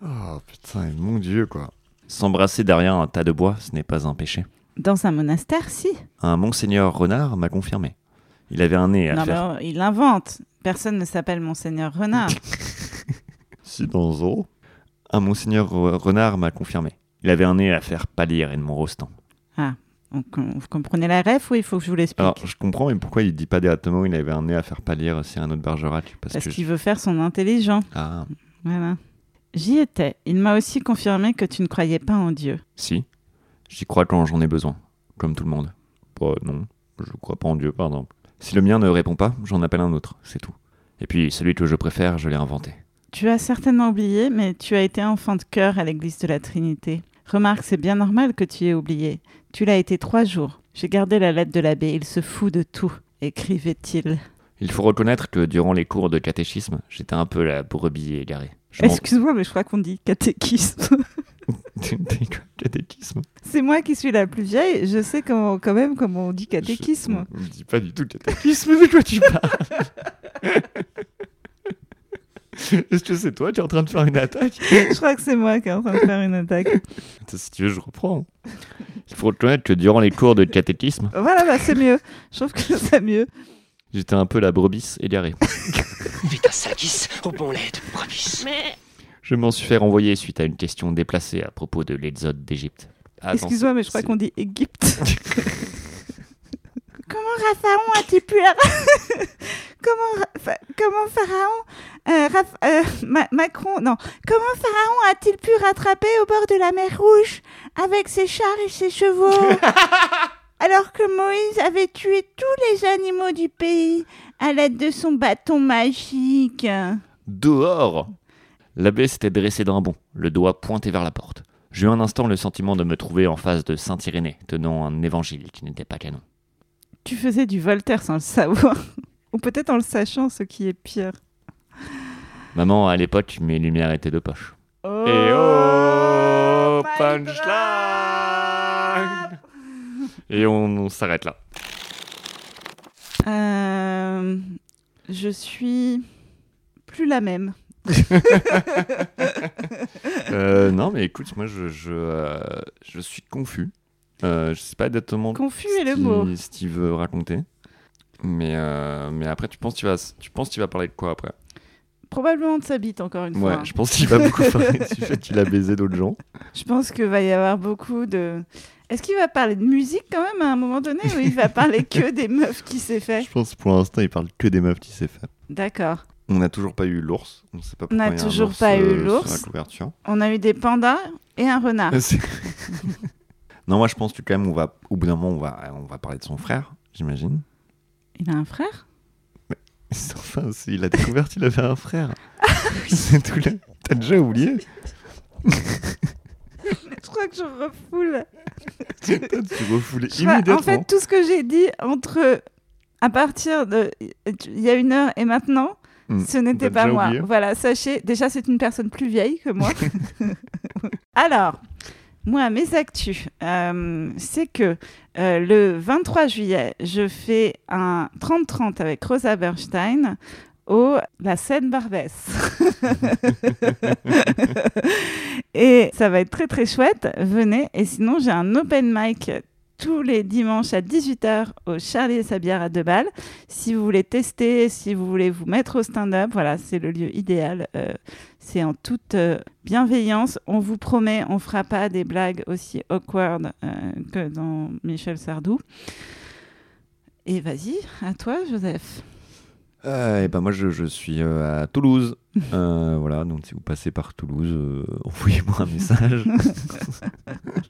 S3: Oh putain, et mon dieu, quoi. S'embrasser derrière un tas de bois, ce n'est pas un péché.
S2: Dans un monastère, si.
S3: Un monseigneur renard m'a confirmé. Il avait un nez à
S2: Non, mais
S3: faire.
S2: oh, il invente. Personne ne s'appelle Monseigneur Renard.
S3: Si dans Zorro. Un monseigneur re- renard m'a confirmé. Il avait un nez à faire pâlir Edmond Rostand.
S2: Donc, on- vous comprenez la ref ou il faut que je vous l'explique
S3: Alors, je comprends, mais pourquoi il dit pas directement il avait un nez à faire pâlir c'est un autre Bergerac Parce,
S2: Parce
S3: que.
S2: qu'il veut faire son intelligent.
S3: Ah,
S2: Voilà. J'y étais. Il m'a aussi confirmé que tu ne croyais pas en Dieu.
S3: Si, j'y crois quand j'en ai besoin, comme tout le monde. Bah non, je crois pas en Dieu, par exemple. Si le mien ne répond pas, j'en appelle un autre, c'est tout. Et puis celui que je préfère, je l'ai inventé.
S2: Tu as certainement oublié, mais tu as été enfant de cœur à l'église de la Trinité. Remarque, c'est bien normal que tu aies oublié. Tu l'as été trois jours. J'ai gardé la lettre de l'abbé, il se fout de tout, écrivait-il.
S3: Il faut reconnaître que durant les cours de catéchisme, j'étais un peu la brebis égarée. Je m'en-
S2: Excuse-moi, mais je crois qu'on dit catéchisme.
S3: catéchisme
S2: c'est moi qui suis la plus vieille, je sais comment, quand même comment on dit catéchisme.
S3: Je ne dis pas du tout catéchisme, de quoi tu parles Est-ce que c'est toi qui es en train de faire une attaque
S2: Je crois que c'est moi qui est en train de faire une attaque.
S3: Attends, Si tu veux, je reprends. Il faut reconnaître que durant les cours de catéchisme,
S2: Voilà, bah, c'est mieux. Je trouve que c'est mieux.
S3: j'étais un peu la brebis égarée.
S5: Vita sagis, au bon lait de brebis.
S3: Je m'en suis fait renvoyer suite à une question déplacée à propos de l'exode d'Égypte. Attends,
S2: Excuse-moi,
S3: c'est-
S2: mais je crois
S3: c'est-
S2: qu'on dit Égypte. Comment Raphaon a-t-il pu la... comment, Rapha- comment Pharaon... euh, Raph- euh, Ma- Macron, non. Comment Pharaon a-t-il pu rattraper au bord de la mer Rouge avec ses chars et ses chevaux Alors que Moïse avait tué tous les animaux du pays à l'aide de son bâton magique.
S3: Dehors L'abbé s'était dressé d'un bond, le doigt pointé vers la porte. J'eus un instant le sentiment de me trouver en face de Saint Irénée, tenant un évangile qui n'était pas canon.
S2: Tu faisais du Voltaire sans le savoir. Ou peut-être en le sachant, ce qui est pire.
S3: Maman, à l'époque, mes lumières étaient de poche.
S2: Oh,
S3: punchline Et on, on s'arrête là.
S2: Euh, Je suis plus la même.
S3: Euh, non, mais écoute, moi, je, je, euh, je suis confus. Euh, je sais pas exactement
S2: Confus
S3: ce
S2: est le
S3: qu'il-
S2: mot.
S3: ce qu'il veut raconter. Mais, euh, mais après, tu penses, tu, vas, tu penses qu'il va parler de quoi après
S2: Probablement de sa bite, encore une
S3: Ouais,
S2: fois.
S3: je pense qu'il va beaucoup parler du fait qu'il a baisé d'autres gens.
S2: Je pense qu'il va y avoir beaucoup de... Est-ce qu'il va parler de musique quand même à un moment donné ou il va parler que des meufs qui s'est fait
S3: Je pense pour l'instant, il parle que des meufs qui s'est fait.
S2: D'accord.
S3: On n'a toujours pas eu l'ours. On sait pas
S2: On n'a
S3: pourquoi il y a un
S2: toujours
S3: ours,
S2: pas eu
S3: euh,
S2: l'ours. Ah.
S3: Sur la couverture.
S2: On a eu des pandas et un renard.
S3: C'est- non, moi je pense que quand même, on va, au bout d'un moment, on va, on va parler de son frère, j'imagine.
S2: Il a un frère
S3: Enfin, si, il a découvert qu'il avait un frère. C'est tout là. T'as déjà oublié
S2: Je crois que je refoule.
S3: Tu refoulais
S2: Je crois-
S3: immédiatement.
S2: En fait, tout ce que j'ai dit entre à partir de il y a une heure et maintenant,
S3: Hmm,
S2: ce n'était
S3: t'as
S2: pas
S3: déjà
S2: moi.
S3: oublié.
S2: Voilà, sachez, déjà c'est une personne plus vieille que moi. Alors, moi, mes actus, euh, c'est que euh, le 23 juillet, je fais un 30-30 avec Rosa Bernstein au La Seine-Barbès. et ça va être très très chouette, venez. Et sinon, j'ai un open mic tous les dimanches à 18h au Charlie et Sabière à deux balles. Si vous voulez tester, si vous voulez vous mettre au stand-up, voilà, c'est le lieu idéal. Euh, c'est en toute euh, bienveillance. On vous promet, on fera pas des blagues aussi awkward euh, que dans Michel Sardou. Et vas-y, à toi, Joseph.
S3: Euh, et ben moi, je, je suis euh, à Toulouse. Euh, voilà, donc si vous passez par Toulouse, euh, envoyez-moi un message.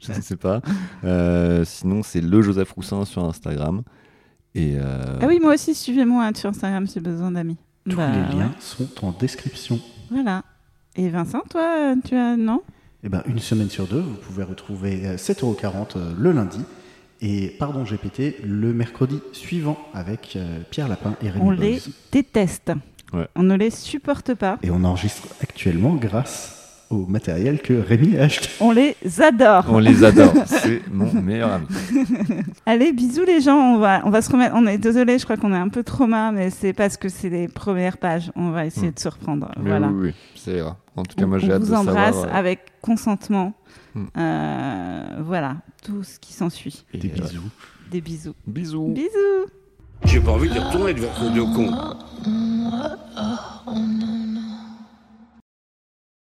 S3: je ne sais pas. Euh, sinon, c'est le Joseph Roussin sur Instagram. Et euh,
S2: Ah oui, moi aussi, suivez-moi hein, sur Instagram si besoin d'amis.
S7: Bah. Tous
S2: Bah,
S7: les
S2: ouais.
S7: liens sont en description.
S2: Voilà. Et Vincent, toi, euh, tu as. Non
S7: Eh ben, une semaine sur deux, vous pouvez retrouver euh, 7,40€ euh, le lundi et Pardon GPT le mercredi suivant avec euh, Pierre Lapin et Rémi
S2: On les
S7: Bollz.
S2: déteste.
S3: Ouais.
S2: On ne les supporte pas.
S7: Et on enregistre actuellement grâce au matériel que Rémi a acheté.
S2: On les adore.
S3: on les adore. c'est mon meilleur ami.
S2: Allez, bisous les gens. On va, on va se remettre. On est désolé, je crois qu'on est un peu trauma, mais c'est parce que c'est les premières pages. On va essayer de se reprendre.
S3: Hmm. Mais
S2: voilà.
S3: oui, oui, c'est vrai. En tout cas,
S2: On-
S3: moi,
S2: on
S3: j'ai hâte de
S2: vous embrasse
S3: savoir. euh,
S2: avec consentement.
S3: Hmm.
S2: Euh, voilà, tout ce qui s'ensuit.
S3: et,
S7: Des
S3: euh,
S7: bisous.
S2: Des bisous.
S3: Bisous.
S2: Bisous.
S4: J'ai pas envie de retourner devant ce deux cons.
S5: Oh, oh, oh, non.